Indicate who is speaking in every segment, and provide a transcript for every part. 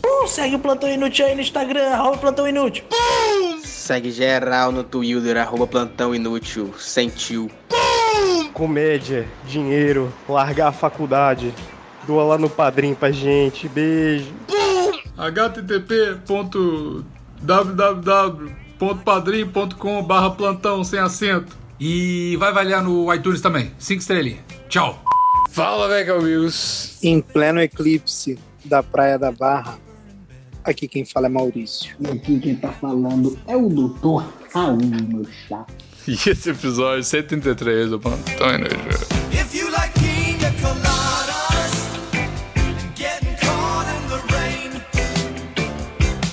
Speaker 1: Então segue o Plantão Inútil aí no Instagram, arroba Plantão Inútil.
Speaker 2: Segue geral no Twitter, arroba Plantão Inútil, sentiu.
Speaker 3: Comédia, dinheiro, largar a faculdade. Doa lá no padrinho pra gente. Beijo.
Speaker 4: http.www.padrim.com barra plantão sem acento. E vai avaliar no iTunes também. Cinco estrelinhas. Tchau.
Speaker 5: Fala, Mega Wills.
Speaker 6: Em pleno eclipse da Praia da Barra, aqui quem fala é Maurício.
Speaker 7: E aqui quem tá falando é o Dr. Raul, meu chapa.
Speaker 5: E esse episódio 133 do Plantão Inútil.
Speaker 8: If you like pina coladas and getting caught in the rain,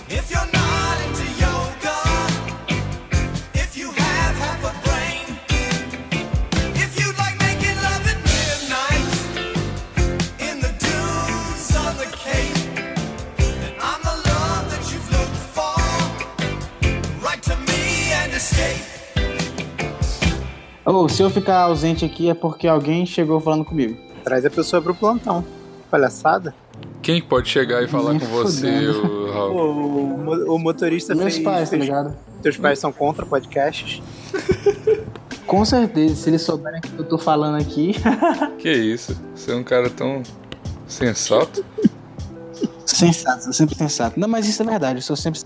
Speaker 8: if you're not into yoga, if you have half a brain, if you like making love at midnight in the dunes on the cape, then I'm the love that you've looked for. Write to me and escape.
Speaker 2: Ô, se eu ficar ausente aqui é porque alguém chegou falando comigo.
Speaker 6: Traz a pessoa pro plantão. Palhaçada?
Speaker 5: Quem pode chegar e falar
Speaker 7: Nem
Speaker 5: com você,
Speaker 7: fudendo.
Speaker 5: o
Speaker 6: Pô,
Speaker 5: Raul?
Speaker 6: o, mo- o motorista
Speaker 2: Meus
Speaker 6: fez.
Speaker 2: pais, tá
Speaker 6: fez-
Speaker 2: ligado?
Speaker 6: Teus pais são contra podcasts?
Speaker 2: Com certeza, se eles souberem que eu tô falando aqui.
Speaker 5: Que isso? Você é um cara tão sensato.
Speaker 2: sensato, eu sempre sensato. Não, mas isso é verdade, eu sou sempre.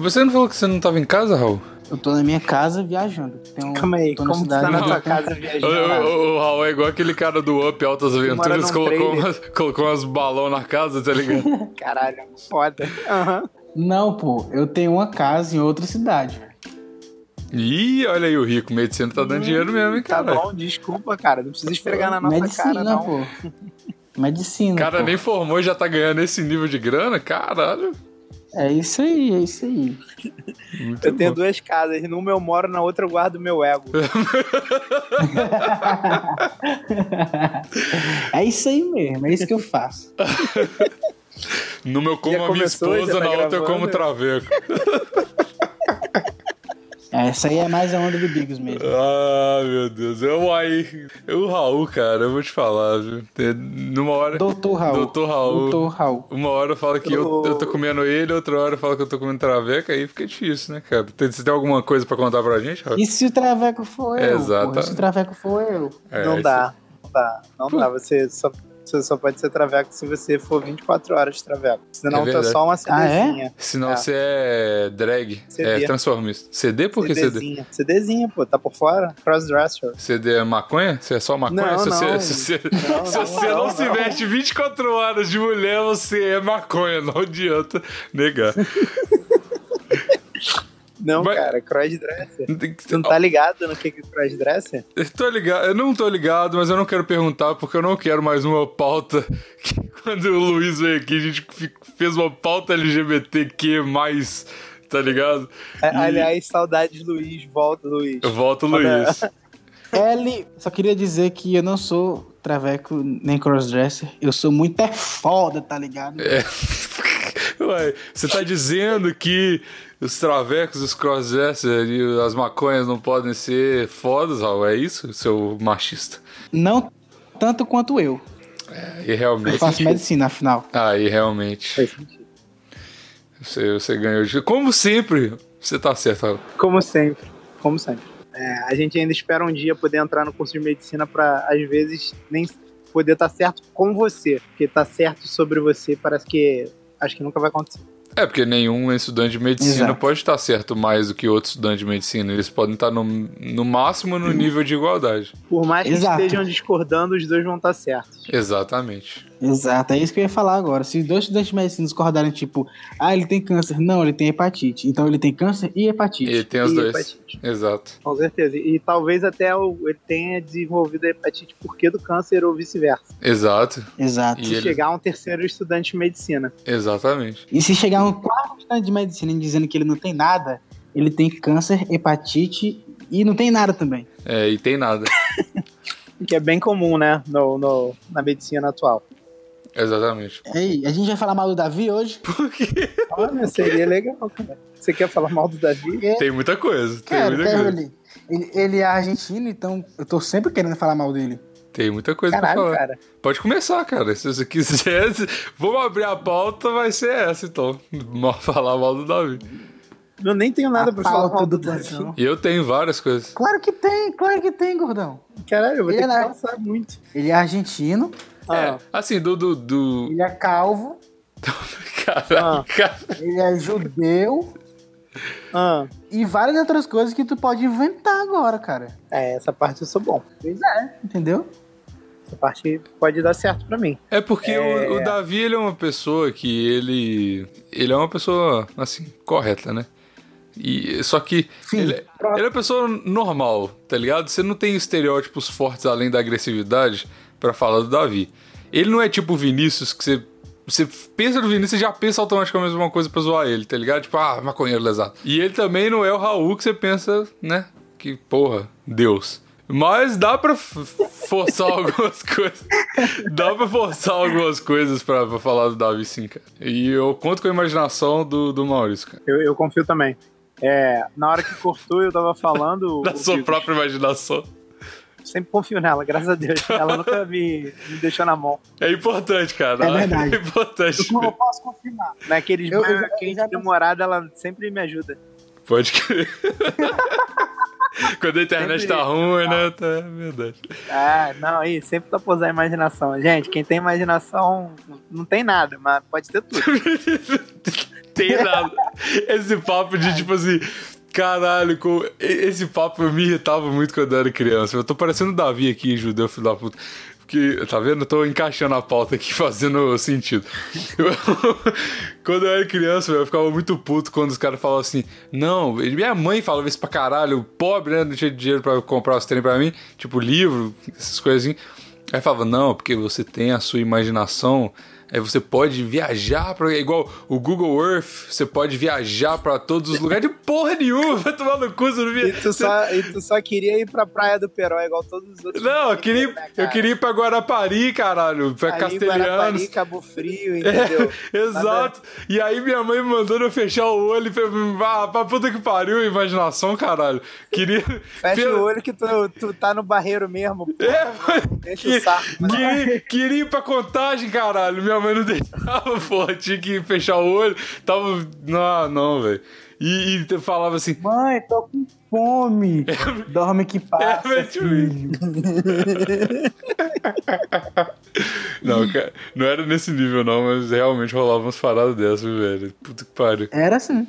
Speaker 5: Você não falou que você não tava em casa, Raul?
Speaker 2: Eu tô na minha casa viajando. Tenho, um-
Speaker 6: Calma aí,
Speaker 2: tô
Speaker 6: como tu tá
Speaker 2: cidade-
Speaker 6: na
Speaker 5: Não.
Speaker 6: tua casa
Speaker 5: O,
Speaker 6: viajando?
Speaker 5: o- o Raul é igual aquele cara do Up Altas
Speaker 6: mora
Speaker 5: Aventuras,
Speaker 6: num
Speaker 5: colocou
Speaker 6: trailer.
Speaker 5: umas, colocou umas balão na casa, tá ligado?
Speaker 6: Caralho, é foda. Aham.
Speaker 2: Não, pô, eu tenho uma casa em outra cidade. velho.
Speaker 5: Ih, olha aí o rico, medicina tá dando dinheiro mesmo, hein,
Speaker 6: Tá
Speaker 5: cara.
Speaker 6: bom, desculpa, cara. Não precisa esfregar na nossa
Speaker 2: Medicina,
Speaker 6: cara, não.
Speaker 2: pô. Medicina.
Speaker 5: O cara
Speaker 2: pô.
Speaker 5: nem formou e já tá ganhando esse nível de grana, caralho.
Speaker 2: É isso aí, é isso aí.
Speaker 5: Muito
Speaker 6: Eu tenho
Speaker 5: bom.
Speaker 6: duas casas. Numa eu moro, na outra eu guardo meu ego.
Speaker 2: É isso aí mesmo, é isso que eu faço.
Speaker 5: No meu como
Speaker 6: Já
Speaker 5: a minha
Speaker 6: começou, já
Speaker 5: esposa,
Speaker 6: tá
Speaker 5: na outra eu
Speaker 6: gravando?
Speaker 5: como traveco.
Speaker 2: É, Essa aí é mais a onda do Bigos mesmo.
Speaker 5: Ah, meu Deus. Eu aí. Eu, Raul, cara, eu vou te falar, viu? Tem- Numa hora.
Speaker 2: Doutor Raul.
Speaker 5: Doutor Raul.
Speaker 2: Doutor Raul.
Speaker 5: Uma hora eu falo que eu, eu tô comendo ele, outra hora eu falo que eu tô comendo traveca, aí fica difícil, né, cara? Tem, você tem alguma coisa pra contar pra gente, Raul?
Speaker 2: E se o Traveco for eu?
Speaker 5: Exato.
Speaker 2: Porra, e se o Traveco for eu?
Speaker 5: É,
Speaker 6: não
Speaker 5: isso-
Speaker 6: dá, não dá, não dá. Você só, você só pode ser traveco se você for 24 horas de traveco. Senão
Speaker 5: É
Speaker 6: tá
Speaker 5: verdade.
Speaker 6: só uma CDzinha.
Speaker 5: Senão
Speaker 6: É.
Speaker 5: você é drag,
Speaker 6: CD.
Speaker 5: é transformista. CD por que CD?
Speaker 6: CDzinha. CDzinha, pô, tá por fora? Crossdresser.
Speaker 5: CD é maconha? Você é só maconha?
Speaker 6: Não,
Speaker 5: se você,
Speaker 6: não.
Speaker 5: se você,
Speaker 6: Não,
Speaker 5: se você não, se veste 24 horas de mulher, você é maconha. Não adianta negar.
Speaker 6: Não,
Speaker 5: Mas-
Speaker 6: cara, crossdresser.
Speaker 5: Tem que-
Speaker 6: Tu não tá ligado no que que é crossdresser?
Speaker 5: Eu tô ligado, eu não tô ligado, mas eu não quero perguntar porque eu não quero mais uma pauta que quando o Luiz veio aqui a gente fi- fez uma pauta LGBTQ+, tá ligado?
Speaker 6: É, Aliás, saudades, Luiz. Volta, Luiz.
Speaker 5: Eu volto, Luiz.
Speaker 2: L, só queria dizer que eu não sou Traveco nem crossdresser. Eu sou muito é foda, tá ligado?
Speaker 5: Ué, É. você tá dizendo que os travecos, os crossdressers e as maconhas não podem ser fodas, Raul? É isso, seu machista?
Speaker 2: Não tanto quanto eu.
Speaker 5: É, e
Speaker 2: Eu
Speaker 5: realmente.
Speaker 2: faço medicina, afinal.
Speaker 5: Ah, e realmente. Você, você ganhou. de- Como sempre, você tá certo, Raul.
Speaker 6: Como sempre, como sempre. É, a gente ainda espera um dia poder entrar no curso de medicina pra, às vezes, nem poder estar certo com você. Porque tá certo sobre você parece que acho que nunca vai acontecer.
Speaker 5: É, porque nenhum estudante de medicina
Speaker 2: Exato.
Speaker 5: pode estar certo mais do que outro estudante de medicina. Eles podem estar no, no máximo
Speaker 2: Uhum.
Speaker 5: no nível de igualdade.
Speaker 6: Por mais que
Speaker 2: Exato.
Speaker 6: estejam discordando, os dois vão estar certos.
Speaker 5: Exatamente.
Speaker 2: Exato, é isso que eu ia falar agora. Se dois estudantes de medicina discordarem, tipo, ah, ele tem câncer. Não, ele tem hepatite. Então ele tem câncer e hepatite.
Speaker 5: E tem É, os
Speaker 6: E
Speaker 5: dois.
Speaker 6: hepatite.
Speaker 5: Exato.
Speaker 6: Com certeza. E talvez até o- ele tenha desenvolvido a hepatite por que do câncer ou vice-versa.
Speaker 5: Exato.
Speaker 2: Exato.
Speaker 5: E
Speaker 6: Se
Speaker 5: ele-
Speaker 6: chegar um terceiro estudante de medicina.
Speaker 5: Exatamente.
Speaker 2: E se chegar um quarto estudante de medicina dizendo que ele não tem nada, ele tem câncer, hepatite e não tem nada também.
Speaker 5: É, e tem nada.
Speaker 6: Que é bem comum, né? No, no- na medicina atual.
Speaker 5: Exatamente.
Speaker 2: Ei, a gente vai falar mal do Davi hoje?
Speaker 6: Olha, seria legal, cara. Você quer falar mal do Davi?
Speaker 5: Tem muita coisa. Tem
Speaker 2: É. Cara,
Speaker 5: muita
Speaker 2: pega
Speaker 5: coisa.
Speaker 2: é ele. Ele, ele é argentino, então eu tô sempre querendo falar mal dele.
Speaker 5: Tem muita coisa pra
Speaker 6: Caralho,
Speaker 5: falar.
Speaker 6: cara.
Speaker 5: Pode começar, cara. Se você quiser, se- vamos abrir a pauta, vai ser essa, então. Mal falar mal do Davi.
Speaker 6: Eu nem tenho nada pra falar mal
Speaker 2: Falta
Speaker 6: do
Speaker 2: do
Speaker 6: Davi.
Speaker 2: Davi.
Speaker 5: E eu tenho várias coisas.
Speaker 2: Claro que tem, claro que tem, gordão.
Speaker 6: Caralho, eu vou ter
Speaker 2: Ele
Speaker 6: que
Speaker 2: é-
Speaker 6: passar muito.
Speaker 2: Ele é argentino,
Speaker 6: Ah,
Speaker 5: É, assim, do. do, do...
Speaker 2: ele é calvo,
Speaker 5: Caralho, cara.
Speaker 2: ele é judeu
Speaker 6: ah.
Speaker 2: e várias outras coisas que tu pode inventar agora, cara.
Speaker 6: É, essa parte eu sou bom.
Speaker 2: Pois é, entendeu?
Speaker 6: Essa parte pode dar certo pra mim.
Speaker 5: É porque O, o Davi, ele é uma pessoa que ele. Ele é uma pessoa, assim, correta, né? E, só que
Speaker 2: Sim.
Speaker 5: ele, ele é uma pessoa normal, tá ligado? Você não tem estereótipos fortes além da agressividade pra falar do Davi. Ele não é tipo o Vinícius, que você, você pensa no Vinícius e já pensa automaticamente uma coisa pra zoar ele, tá ligado? Tipo, ah, maconheiro lesado. E ele também não é o Raul que você pensa, né? Que porra, Deus. Mas dá pra f- forçar algumas coisas. Dá pra forçar algumas coisas pra, pra falar do Davi, sim, cara. E eu conto com a imaginação do, do Maurício, cara.
Speaker 6: Eu, eu confio também. É, na hora que cortou, eu tava falando.
Speaker 5: Da
Speaker 6: o
Speaker 5: sua
Speaker 6: Vigo,
Speaker 5: própria imaginação.
Speaker 6: Sempre confio nela, graças a Deus. Ela nunca me, me deixou na mão.
Speaker 5: É importante, cara.
Speaker 2: É verdade.
Speaker 5: É importante.
Speaker 2: Eu posso confirmar.
Speaker 6: Naqueles
Speaker 2: Eu- eu
Speaker 6: banhos
Speaker 2: já- eu
Speaker 6: quentes
Speaker 2: já-
Speaker 6: demorados, ela sempre me ajuda.
Speaker 5: Pode crer. Quando a internet tá ruim, né? Tá, é verdade.
Speaker 6: Ah, não, aí, sempre dá pra usar a imaginação. Gente, quem tem imaginação não tem nada, mas pode ter tudo.
Speaker 5: Tem nada. Esse papo de tipo assim. Caralho, com... esse papo me irritava muito quando eu era criança. Eu tô parecendo o Davi aqui, judeu, filho da puta. Porque, tá vendo? Eu tô encaixando a pauta aqui, fazendo sentido. Eu- quando eu era criança, eu ficava muito puto quando os caras falavam assim: Não, e minha mãe falava isso pra caralho, pobre, né? Não tinha dinheiro pra comprar os trem pra mim, tipo livro, essas coisinhas. Aí falava: Não, porque você tem a sua imaginação. Aí você pode viajar para igual o Google Earth, você pode viajar pra todos os lugares de porra nenhuma, vai tomar no cu, você não via.
Speaker 6: E tu só, e tu só queria ir pra Praia do Peró, igual todos os outros. né,
Speaker 5: Não, eu queria, ir- eu queria ir pra Guarapari, caralho, pra
Speaker 6: Aí,
Speaker 5: Castelhanos.
Speaker 6: Guarapari, Cabo Frio, entendeu?
Speaker 5: Exato. E aí minha mãe me mandando eu fechar o olho e falei, ah, pra puta que pariu, a imaginação, caralho. Queria.
Speaker 6: Fecha
Speaker 5: Pelo-
Speaker 6: o olho que tu, tu tá no barreiro mesmo. pô.
Speaker 5: É, mas...
Speaker 6: Deixa
Speaker 5: que-
Speaker 6: o saco. mano.
Speaker 5: Queria, queria ir pra contagem, caralho. Minha mãe não deixava, porra. Tinha que fechar o olho. Tava. Não, não, velho. E, e tu falava assim.
Speaker 2: Mãe, tô com fome. Dorme que
Speaker 5: É,
Speaker 2: passa.
Speaker 5: velho, tipo isso. Não, cara, não era nesse nível, não, mas realmente rolava umas paradas dessas, velho. Puta que pariu.
Speaker 2: Era assim.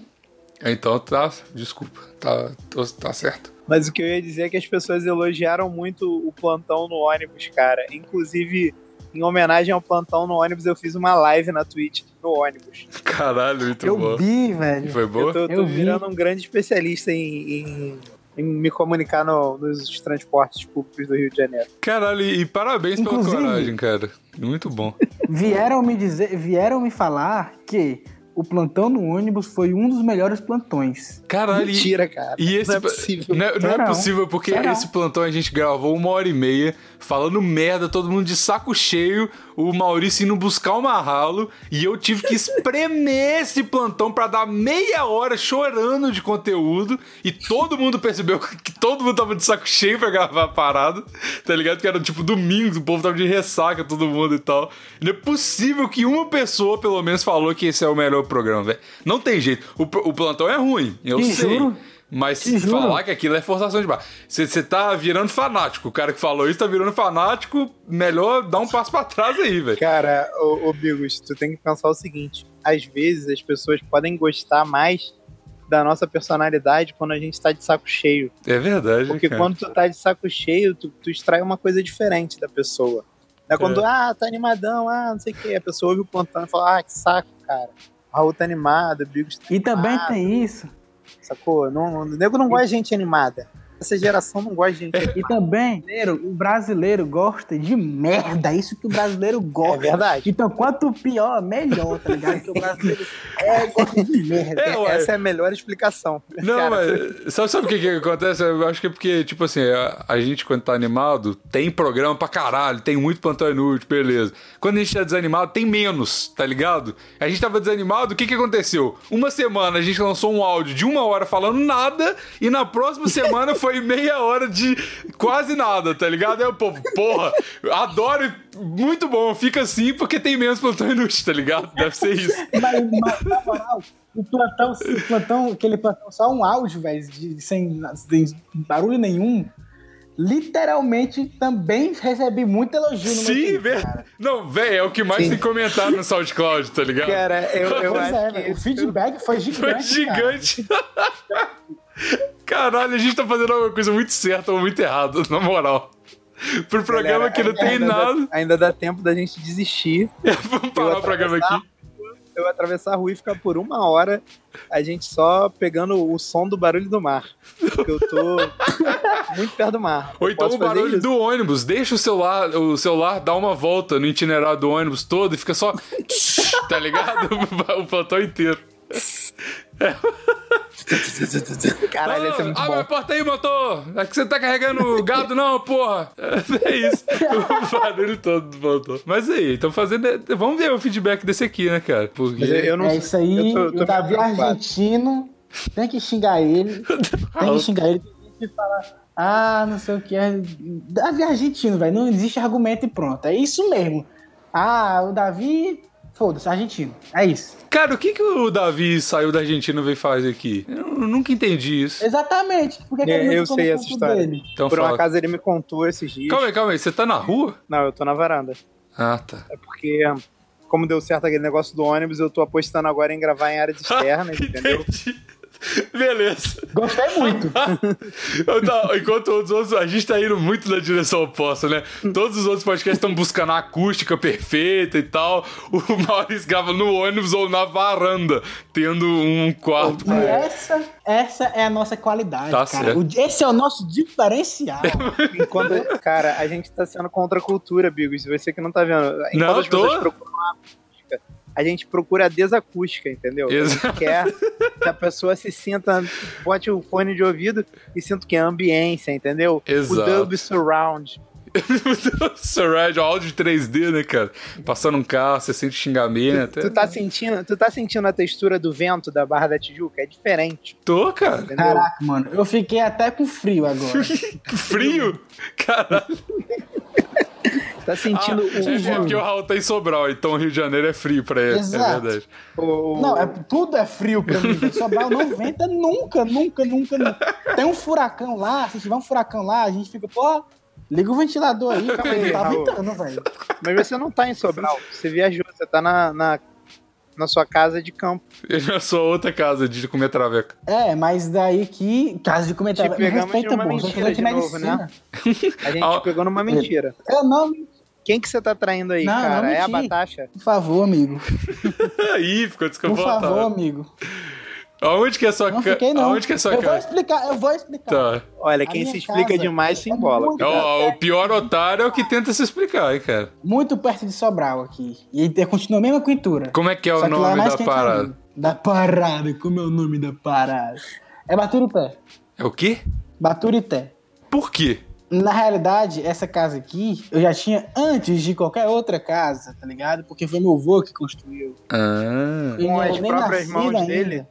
Speaker 5: Então tá, desculpa, tá, tô- tá certo.
Speaker 6: Mas o que eu ia dizer é que as pessoas elogiaram muito o plantão no ônibus, cara. Inclusive, em homenagem ao plantão no ônibus, eu fiz uma live na Twitch no ônibus.
Speaker 5: Caralho, muito
Speaker 2: eu
Speaker 5: bom.
Speaker 2: vi, velho.
Speaker 5: Foi
Speaker 6: Eu
Speaker 5: boa?
Speaker 6: tô, tô
Speaker 2: Eu vi.
Speaker 6: virando um grande especialista em, em- em me comunicar no- nos transportes públicos do Rio de Janeiro.
Speaker 5: Caralho, e e parabéns
Speaker 2: Inclusive-
Speaker 5: pela coragem, cara. Muito bom.
Speaker 2: Vieram me dizer, vieram me falar que o plantão no ônibus foi um dos melhores plantões.
Speaker 5: Caralho, e-
Speaker 6: Mentira, cara.
Speaker 5: E esse,
Speaker 6: Não é possível.
Speaker 5: Não, é- não é
Speaker 2: Será?
Speaker 5: possível, porque
Speaker 2: Será?
Speaker 5: esse plantão a gente gravou uma hora e meia, falando merda, todo mundo de saco cheio, o Maurício indo buscar o Marralo, e eu tive que espremer esse plantão pra dar meia hora chorando de conteúdo, e todo mundo percebeu que todo mundo tava de saco cheio pra gravar a parada, tá ligado? Que era tipo domingo, o povo tava de ressaca, todo mundo e tal. Não é possível que uma pessoa, pelo menos, falou que esse é o melhor programa, velho. Não tem jeito. O, pro- o plantão é ruim, eu
Speaker 2: Te
Speaker 5: sei.
Speaker 2: juro.
Speaker 5: Mas
Speaker 2: Te juro.
Speaker 5: falar que aquilo é forçação de barra. Você tá virando fanático. O cara que falou isso tá virando fanático. Melhor dar um passo pra trás aí, velho.
Speaker 6: Cara, ô, ô Bigos, tu tem que pensar o seguinte: às vezes as pessoas podem gostar mais da nossa personalidade quando a gente tá de saco cheio.
Speaker 5: É verdade,
Speaker 6: Porque
Speaker 5: cara.
Speaker 6: quando tu tá de saco cheio, tu, tu extrai uma coisa diferente da pessoa. É quando, ah, tá animadão, ah, não sei o quê. A pessoa ouve o plantão e fala, ah, que saco, cara. O Raul tá animado, o Bigos tá
Speaker 2: E também
Speaker 5: Ah,
Speaker 6: animado,
Speaker 2: tem isso.
Speaker 6: Sacou? Não, o nego não gosta de gente animada. Essa geração não gosta de
Speaker 5: É.
Speaker 6: gente animada.
Speaker 2: E também, brasileiro, o brasileiro gosta de merda. É Isso que o brasileiro
Speaker 6: É
Speaker 2: gosta.
Speaker 6: verdade.
Speaker 2: Então, quanto pior, melhor, tá ligado? Porque o brasileiro é, gosta de merda.
Speaker 5: É, ué.
Speaker 6: Essa é a melhor explicação.
Speaker 5: Não,
Speaker 6: Cara,
Speaker 5: mas sabe, sabe o que, que acontece? Eu acho que é porque, tipo assim, a, a gente quando tá animado, tem programa pra caralho, tem muito plantão inútil, beleza. Quando a gente tá desanimado, tem menos, tá ligado? A gente tava desanimado, o que que aconteceu? Uma semana a gente lançou um áudio de uma hora falando nada, e na próxima semana foi foi meia hora de quase nada, tá ligado? Aí o povo, porra, adoro, muito bom, fica assim porque tem menos plantão inútil, tá ligado? Deve ser isso.
Speaker 2: Mas, mas, na moral, o plantão, o plantão, aquele plantão, só um áudio, velho, de- sem, sem barulho nenhum. Literalmente também recebi muito elogio no meu
Speaker 5: Sim,
Speaker 2: Twitter,
Speaker 5: velho.
Speaker 2: cara.
Speaker 5: Não, velho, é o que mais tem comentário no SoundCloud, tá ligado?
Speaker 6: Cara, eu, eu
Speaker 2: Pois
Speaker 6: acho
Speaker 2: é,
Speaker 6: que
Speaker 2: velho. O
Speaker 6: esse-
Speaker 2: feedback foi
Speaker 5: Foi
Speaker 2: gigante. cara.
Speaker 5: gigante. Caralho, a gente tá fazendo alguma coisa muito certa ou muito errada, na moral. Pro programa
Speaker 6: Galera, é
Speaker 5: que não tem
Speaker 6: ainda dá-
Speaker 5: nada.
Speaker 6: ainda dá tempo da gente desistir.
Speaker 5: Vamos parar o programa aqui.
Speaker 6: Eu atravessar a rua e ficar por uma hora a gente só pegando o som do barulho do mar. Porque eu tô muito perto do mar.
Speaker 5: Ou
Speaker 6: Eu
Speaker 5: então
Speaker 6: posso
Speaker 5: o
Speaker 6: fazer
Speaker 5: barulho
Speaker 6: isso?
Speaker 5: do ônibus. Deixa o celular, o celular dar uma volta no itinerário do ônibus todo e fica só. tá ligado? O plantão inteiro.
Speaker 6: Caralho, esse é muito
Speaker 5: Ah, abre a
Speaker 6: bom.
Speaker 5: porta aí, motor! É que você tá carregando gado, não, porra! É isso. O barulho todo do motor. Mas aí, então fazendo. Vamos ver o feedback desse aqui, né, cara?
Speaker 6: Mas eu,
Speaker 5: Porque.
Speaker 6: eu não
Speaker 2: É
Speaker 6: sei.
Speaker 2: isso aí,
Speaker 6: Eu tô- eu tô
Speaker 2: o Davi
Speaker 6: meio preocupado.
Speaker 2: argentino, tem que xingar ele, tem que xingar ele, tem que falar, ah, não sei o que, é. Davi argentino, velho, não existe argumento e pronto, é isso mesmo. Ah, o Davi, foda-se, argentino, é isso.
Speaker 5: Cara, o que, que o Davi saiu da Argentina e veio fazer aqui? Eu nunca entendi isso.
Speaker 2: Exatamente, porque
Speaker 6: É,
Speaker 2: ele
Speaker 6: eu
Speaker 2: ficou
Speaker 6: sei
Speaker 2: no
Speaker 6: essa
Speaker 2: canto
Speaker 6: história.
Speaker 2: dele.
Speaker 5: Então
Speaker 6: Por um
Speaker 5: fala.
Speaker 6: acaso ele me contou esses dias.
Speaker 5: Calma aí, calma aí. Você tá na rua?
Speaker 6: Não, eu tô na varanda.
Speaker 5: Ah, tá.
Speaker 6: É porque, como deu certo aquele negócio do ônibus, eu tô apostando agora em gravar em áreas externas, entendeu?
Speaker 5: Entendi. Beleza.
Speaker 2: Gostei muito.
Speaker 5: Eu tá- enquanto os outros, a gente tá indo muito na direção oposta, né? Todos os outros podcasts estão buscando a acústica perfeita e tal. O Maurício grava no ônibus ou na varanda, tendo um quarto.
Speaker 2: E essa, essa é a nossa qualidade,
Speaker 5: Tá
Speaker 2: cara.
Speaker 5: certo.
Speaker 2: O- esse é o nosso diferencial.
Speaker 6: Enquanto, cara, a gente tá sendo contra a cultura, Bigos. Você que não tá vendo. Enquanto
Speaker 5: Não,
Speaker 6: as pessoas
Speaker 5: tô.
Speaker 6: procuram a acústica, a gente procura a desacústica, entendeu? A
Speaker 5: Exato.
Speaker 6: gente quer que a pessoa se sinta, bote o fone de ouvido e sinta que é a ambiência, entendeu?
Speaker 5: Exato.
Speaker 6: O dub surround.
Speaker 5: Surround, áudio 3D, né, cara? Passando um carro, você sente xingamento.
Speaker 6: Tu tá, sentindo, tu tá sentindo a textura do vento da Barra da Tijuca? É diferente,
Speaker 5: Tô, cara.
Speaker 6: entendeu?
Speaker 2: Caraca, mano, eu fiquei até com frio agora.
Speaker 5: Frio? Caralho.
Speaker 6: Tá sentindo
Speaker 5: é, é porque o Raul tá em Sobral, então o Rio de Janeiro é frio pra ele. É
Speaker 2: Exato.
Speaker 5: verdade.
Speaker 6: o, o,
Speaker 2: Não, é, tudo é frio pra mim. velho. Sobral não venta nunca, nunca, nunca, nunca. Tem um furacão lá, se tiver um furacão lá, a gente fica, pô, liga o ventilador aí, calma aí, tá
Speaker 6: Raul.
Speaker 2: ventando, velho.
Speaker 6: Mas você não tá em Sobral, você viajou, você tá na, na, na sua casa de campo.
Speaker 5: Ele na sua outra casa de comer traveca.
Speaker 2: É, mas daí que, caso de comentário,
Speaker 6: Te pegamos
Speaker 2: respeita,
Speaker 6: de uma
Speaker 2: pô, sou
Speaker 6: mentira
Speaker 2: estudante de
Speaker 6: de novo,
Speaker 2: medicina.
Speaker 6: né? A gente
Speaker 5: Ah.
Speaker 6: pegou numa mentira.
Speaker 2: Eu não, me-
Speaker 6: Quem que você tá traindo aí,
Speaker 2: Não,
Speaker 6: cara?
Speaker 2: não
Speaker 6: é a
Speaker 2: menti.
Speaker 6: Batasha?
Speaker 2: por favor, amigo.
Speaker 5: Aí, ficou
Speaker 2: Por favor,
Speaker 5: desconfortável.
Speaker 2: amigo.
Speaker 5: Aonde que é a sua
Speaker 2: Não
Speaker 5: ca-
Speaker 2: fiquei, não.
Speaker 5: Aonde que é a sua
Speaker 2: eu vou
Speaker 5: casa?
Speaker 2: explicar, eu vou explicar.
Speaker 5: Tá.
Speaker 6: Olha,
Speaker 2: A
Speaker 6: quem
Speaker 2: minha
Speaker 6: se explica
Speaker 2: casa
Speaker 6: demais se
Speaker 2: é
Speaker 6: embola.
Speaker 2: muito-
Speaker 5: É, ó, o pior otário é o que tenta se explicar, hein, cara.
Speaker 2: Muito perto de Sobral aqui. E aí continua a mesma cultura.
Speaker 5: Como é que é o
Speaker 2: Só que lá é
Speaker 5: nome
Speaker 2: mais
Speaker 5: da
Speaker 2: quente
Speaker 5: parada?
Speaker 2: ainda. Da parada, como é o nome da parada? É Baturité.
Speaker 5: É o quê?
Speaker 2: Baturité.
Speaker 5: Por quê?
Speaker 2: Na realidade, essa casa aqui eu já tinha antes de qualquer outra casa, tá ligado? Porque foi meu avô que construiu.
Speaker 5: Ah.
Speaker 2: Ele não era
Speaker 6: as
Speaker 2: nem
Speaker 6: próprias
Speaker 2: nascido
Speaker 6: mãos
Speaker 2: ainda.
Speaker 6: dele?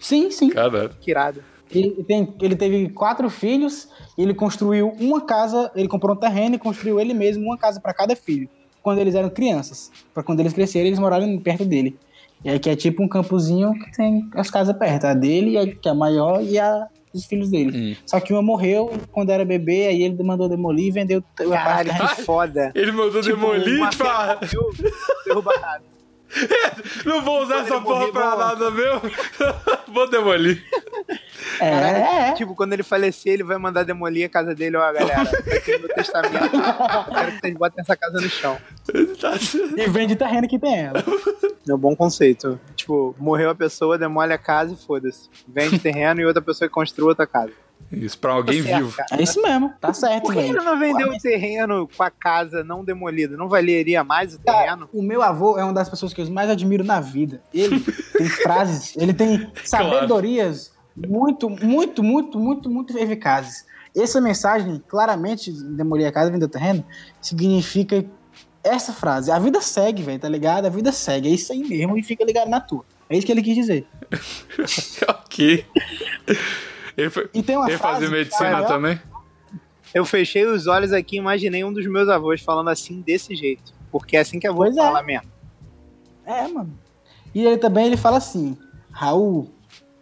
Speaker 2: Sim, sim.
Speaker 5: Caralho.
Speaker 6: Que irado.
Speaker 2: Ele, tem- ele teve quatro filhos, e ele construiu uma casa, ele comprou um terreno e construiu ele mesmo uma casa para cada filho, quando eles eram crianças. Para quando eles crescerem, eles morarem perto dele. E aí que é tipo um campozinho que tem as casas perto, a dele, a- que é a maior, e a dos filhos dele.
Speaker 5: Hum.
Speaker 2: Só que uma morreu quando era bebê, aí ele mandou demolir e vendeu a parte
Speaker 6: Caralho,
Speaker 2: da-
Speaker 6: que foda. Tipo,
Speaker 5: Ele mandou Tipo,
Speaker 2: Tipo,
Speaker 5: demolir
Speaker 6: uma
Speaker 5: e fala,
Speaker 6: fera morreu, derruba a casa.
Speaker 5: ah, não vou usar
Speaker 6: Quando
Speaker 5: essa
Speaker 6: ele
Speaker 5: porra
Speaker 6: morrer,
Speaker 5: pra
Speaker 6: vou-
Speaker 5: nada mesmo. vou demolir.
Speaker 2: É, é, é.
Speaker 6: Tipo, quando ele falecer, ele vai mandar demolir a casa dele. Ó, galera, aqui é meu testamento. Eu quero que vocês botem essa casa no chão.
Speaker 5: tá assim.
Speaker 2: é, E vende o terreno que tem ela.
Speaker 6: É um bom conceito. Tipo, morreu a pessoa, demole a casa e foda-se. Vende terreno e outra pessoa construa outra casa.
Speaker 5: Isso, pra alguém
Speaker 6: Certo,
Speaker 5: vivo.
Speaker 6: cara.
Speaker 2: É isso mesmo, tá certo,
Speaker 6: Por que ele
Speaker 2: velho.
Speaker 6: não vendeu o terreno com a casa não demolida? Não valeria mais o terreno?
Speaker 2: O meu avô é uma das pessoas que eu mais admiro na vida. Ele tem frases, ele tem sabedorias muito, muito, muito, muito, muito eficazes. Essa mensagem, claramente, demolir a casa e vender o terreno, significa essa frase. A vida segue, velho, tá ligado? A vida segue. É isso aí mesmo e fica ligado na tua. É isso que ele quis dizer.
Speaker 5: ok. Ele, foi,
Speaker 2: E tem uma
Speaker 5: ele fazia
Speaker 2: frase que é
Speaker 5: medicina
Speaker 2: fala-
Speaker 5: também?
Speaker 6: Eu fechei os olhos aqui e imaginei um dos meus avós falando assim desse jeito. Porque é assim que a avó
Speaker 2: Pois é.
Speaker 6: fala mesmo.
Speaker 2: É, mano. E ele também ele fala assim: Raul,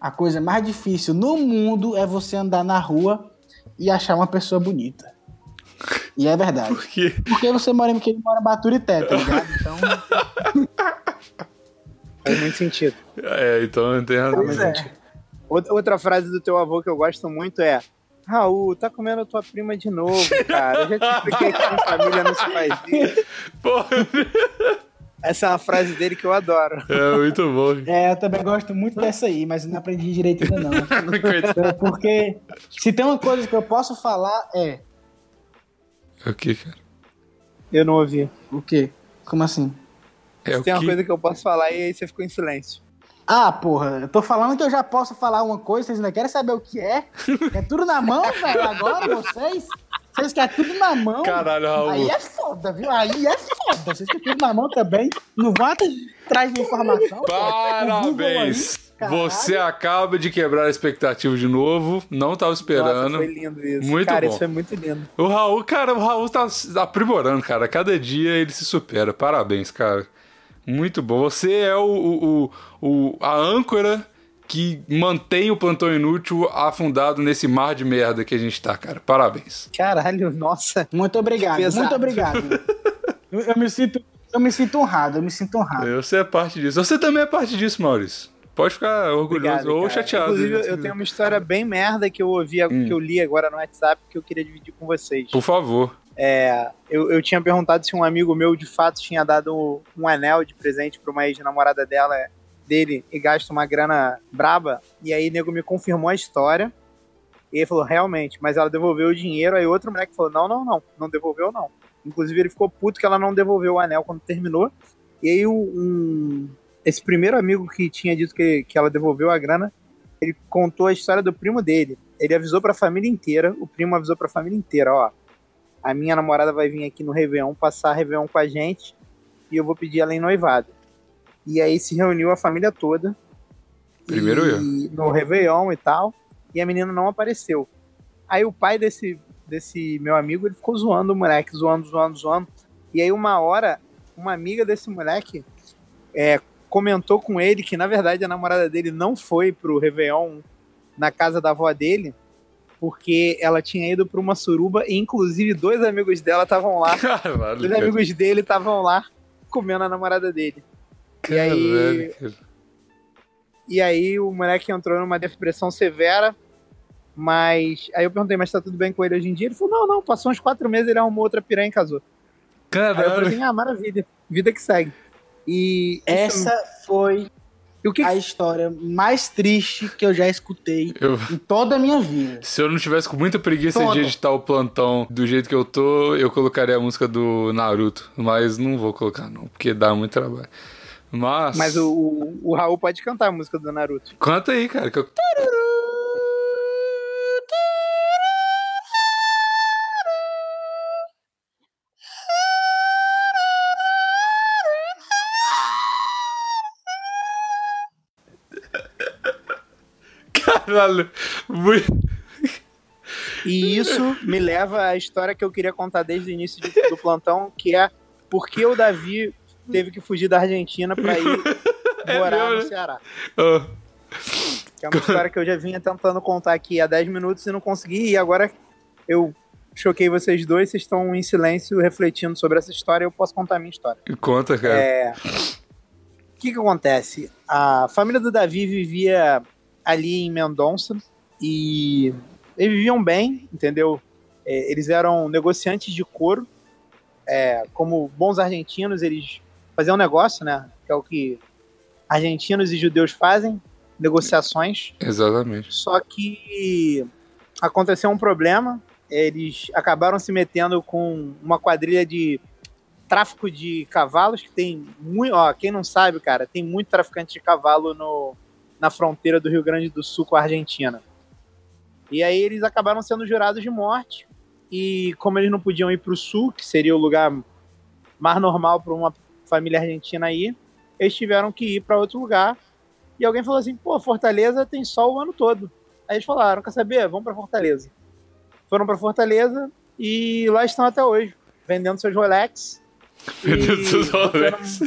Speaker 2: a coisa mais difícil no mundo é você andar na rua e achar uma pessoa bonita. E é verdade.
Speaker 5: Que
Speaker 2: Porque você mora em que ele mora em Baturité, tá ligado? Então,
Speaker 6: Faz muito sentido.
Speaker 5: É, então não tem razão.
Speaker 2: pois é.
Speaker 6: Out- Outra frase do teu avô que eu gosto muito é. Raul, tá comendo a tua prima de novo, cara. Eu já te expliquei que na família não se faz isso.
Speaker 5: Pô,
Speaker 6: Essa é uma frase dele que eu adoro.
Speaker 5: é muito bom.
Speaker 2: É, eu também gosto muito dessa aí, mas não aprendi direito ainda não.
Speaker 5: Coitado.
Speaker 2: É, Porque se tem uma coisa que eu posso falar é
Speaker 5: É o que, cara?
Speaker 6: Eu não ouvi.
Speaker 2: o quê? Como assim?
Speaker 5: É
Speaker 6: Se
Speaker 5: o
Speaker 6: tem uma
Speaker 5: que?
Speaker 6: coisa que eu posso falar e aí você ficou em silêncio.
Speaker 2: Ah, porra, eu tô falando que eu já posso falar uma coisa, vocês não querem saber o que é? É tudo na mão, velho, agora vocês? Vocês querem tudo na mão?
Speaker 5: Caralho, Raul.
Speaker 2: Aí é foda, viu? Aí é foda. Vocês querem tudo na mão também? Não vá atrás de informação. pô. O Google aí,
Speaker 5: Parabéns!
Speaker 2: caralho.
Speaker 5: Você acaba de quebrar a expectativa de novo. Não tava
Speaker 6: Nossa,
Speaker 5: esperando.
Speaker 6: foi lindo isso.
Speaker 5: Muito
Speaker 6: cara,
Speaker 5: bom.
Speaker 6: isso é muito lindo.
Speaker 5: O Raul, cara, o Raul tá se aprimorando, cara. Cada dia ele se supera. Parabéns, cara. Muito bom. Você é o, o, o- o- a âncora que mantém o plantão inútil afundado nesse mar de merda que a gente tá, cara. Parabéns.
Speaker 6: Caralho, nossa.
Speaker 2: Muito obrigado,
Speaker 6: Que pesado.
Speaker 2: muito obrigado. Eu, eu me sinto, eu me sinto honrado, eu me sinto
Speaker 6: Ah.
Speaker 2: honrado.
Speaker 5: Você é parte disso. Você também é parte disso, Maurício. Pode ficar orgulhoso
Speaker 6: Obrigado,
Speaker 5: ou
Speaker 6: cara.
Speaker 5: chateado. né? Hum.
Speaker 6: Inclusive, eu- eu tenho uma história bem merda que eu ouvi, que eu li agora no WhatsApp, que eu queria dividir com vocês.
Speaker 5: Por favor.
Speaker 6: É, eu, eu tinha perguntado se um amigo meu de fato tinha dado um, um anel de presente pra uma ex-namorada dela, dele, e gasta uma grana braba. E aí o nego me confirmou a história. E ele falou, realmente, mas ela devolveu o dinheiro. Aí outro moleque falou, não, não, não, não devolveu, não. Inclusive, ele ficou puto que ela não devolveu o anel quando terminou. E aí, o- um, esse primeiro amigo que tinha dito que, que ela devolveu a grana, ele contou a história do primo dele. Ele avisou pra família inteira, o primo avisou pra família inteira, ó. A minha namorada vai vir aqui no Réveillon, passar Réveillon com a gente, e eu vou pedir ela em noivado. E aí se reuniu a família toda.
Speaker 5: Primeiro
Speaker 6: e-
Speaker 5: eu.
Speaker 6: No Réveillon e tal. E a menina não apareceu. Aí o pai desse, desse meu amigo, ele ficou zoando o moleque, zoando, zoando, zoando. E aí uma hora, uma amiga desse moleque é, comentou com ele que, na verdade, a namorada dele não foi pro Réveillon na casa da avó dele, porque ela tinha ido pra uma suruba e, inclusive, dois amigos dela estavam lá.
Speaker 5: Caralho.
Speaker 6: Dois
Speaker 5: cara.
Speaker 6: amigos dele estavam lá comendo a namorada dele. E aí,
Speaker 5: Caralho, cara.
Speaker 6: e aí o moleque entrou numa depressão severa, mas aí eu perguntei, mas tá tudo bem com ele hoje em dia? Ele falou, não, não, passou uns quatro meses, ele arrumou outra piranha e casou. Aí eu falei
Speaker 5: Caralho.
Speaker 6: assim, ah, maravilha, vida que segue. E É isso-
Speaker 2: Essa foi
Speaker 6: e o que, que
Speaker 2: a história mais triste que eu já escutei
Speaker 5: Eu-
Speaker 2: em toda a minha vida.
Speaker 5: Se eu não tivesse com muita preguiça
Speaker 2: Todo.
Speaker 5: de editar o plantão do jeito que eu tô, eu colocaria a música do Naruto. Mas não vou colocar, não, porque dá muito trabalho. Mas.
Speaker 6: Mas o, o, o Raul pode cantar a música do Naruto.
Speaker 5: Canta aí, cara. Que eu... Caralho. Muito...
Speaker 6: E isso me leva à história que eu queria contar desde o início de- do plantão, que é por que o Davi teve que fugir da Argentina pra ir
Speaker 5: mesmo,
Speaker 6: morar no
Speaker 5: né?
Speaker 6: Ceará.
Speaker 5: Ah,
Speaker 6: Que é uma história que eu já vinha tentando contar aqui há 10 minutos e não consegui. E agora eu choquei vocês dois, vocês estão em silêncio refletindo sobre essa história e eu posso contar a minha história.
Speaker 5: Conta, cara.
Speaker 6: É, O que, que acontece? A família do Davi vivia ali em Mendonça e eles viviam bem, entendeu? É, Eles eram negociantes de couro, é, como bons argentinos, eles faziam negócio, né? Que é o que argentinos e judeus fazem, negociações.
Speaker 5: Exatamente.
Speaker 6: Só que aconteceu um problema. Eles acabaram se metendo com uma quadrilha de tráfico de cavalos, que tem muito. Ó, quem não sabe, cara, tem muito traficante de cavalo no, na fronteira do Rio Grande do Sul com a Argentina. E aí eles acabaram sendo jurados de morte. E como eles não podiam ir para o sul, que seria o lugar mais normal para uma família argentina ir, eles tiveram que ir para outro lugar. E alguém falou assim: pô, Fortaleza tem sol o ano todo. Aí eles falaram, quer saber? Vamos pra Fortaleza. Foram pra Fortaleza e lá estão até hoje, vendendo seus Rolex. e
Speaker 5: Vendendo seus
Speaker 6: botando-
Speaker 5: Rolex.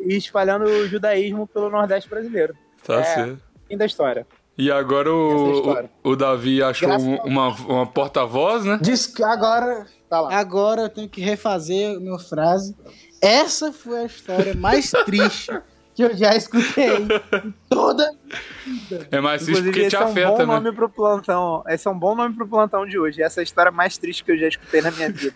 Speaker 6: E espalhando o judaísmo pelo Nordeste brasileiro.
Speaker 5: Tá
Speaker 6: É.
Speaker 5: certo.
Speaker 6: Fim da história.
Speaker 5: E agora
Speaker 6: Essa é a
Speaker 5: o,
Speaker 6: história.
Speaker 5: o, o Davi achou
Speaker 6: Graças
Speaker 5: um-
Speaker 6: a
Speaker 5: uma, uma porta-voz, né?
Speaker 2: Diz que agora,
Speaker 6: Tá lá.
Speaker 2: agora eu tenho que refazer a minha frase. Essa foi a história mais triste que eu já escutei em toda
Speaker 5: É mais triste
Speaker 6: Inclusive,
Speaker 5: porque
Speaker 6: esse
Speaker 5: te
Speaker 6: é um bom
Speaker 5: afeta, né?
Speaker 6: nome pro plantão. Esse é um bom nome pro plantão de hoje. Essa é a história mais triste que eu já escutei na minha vida.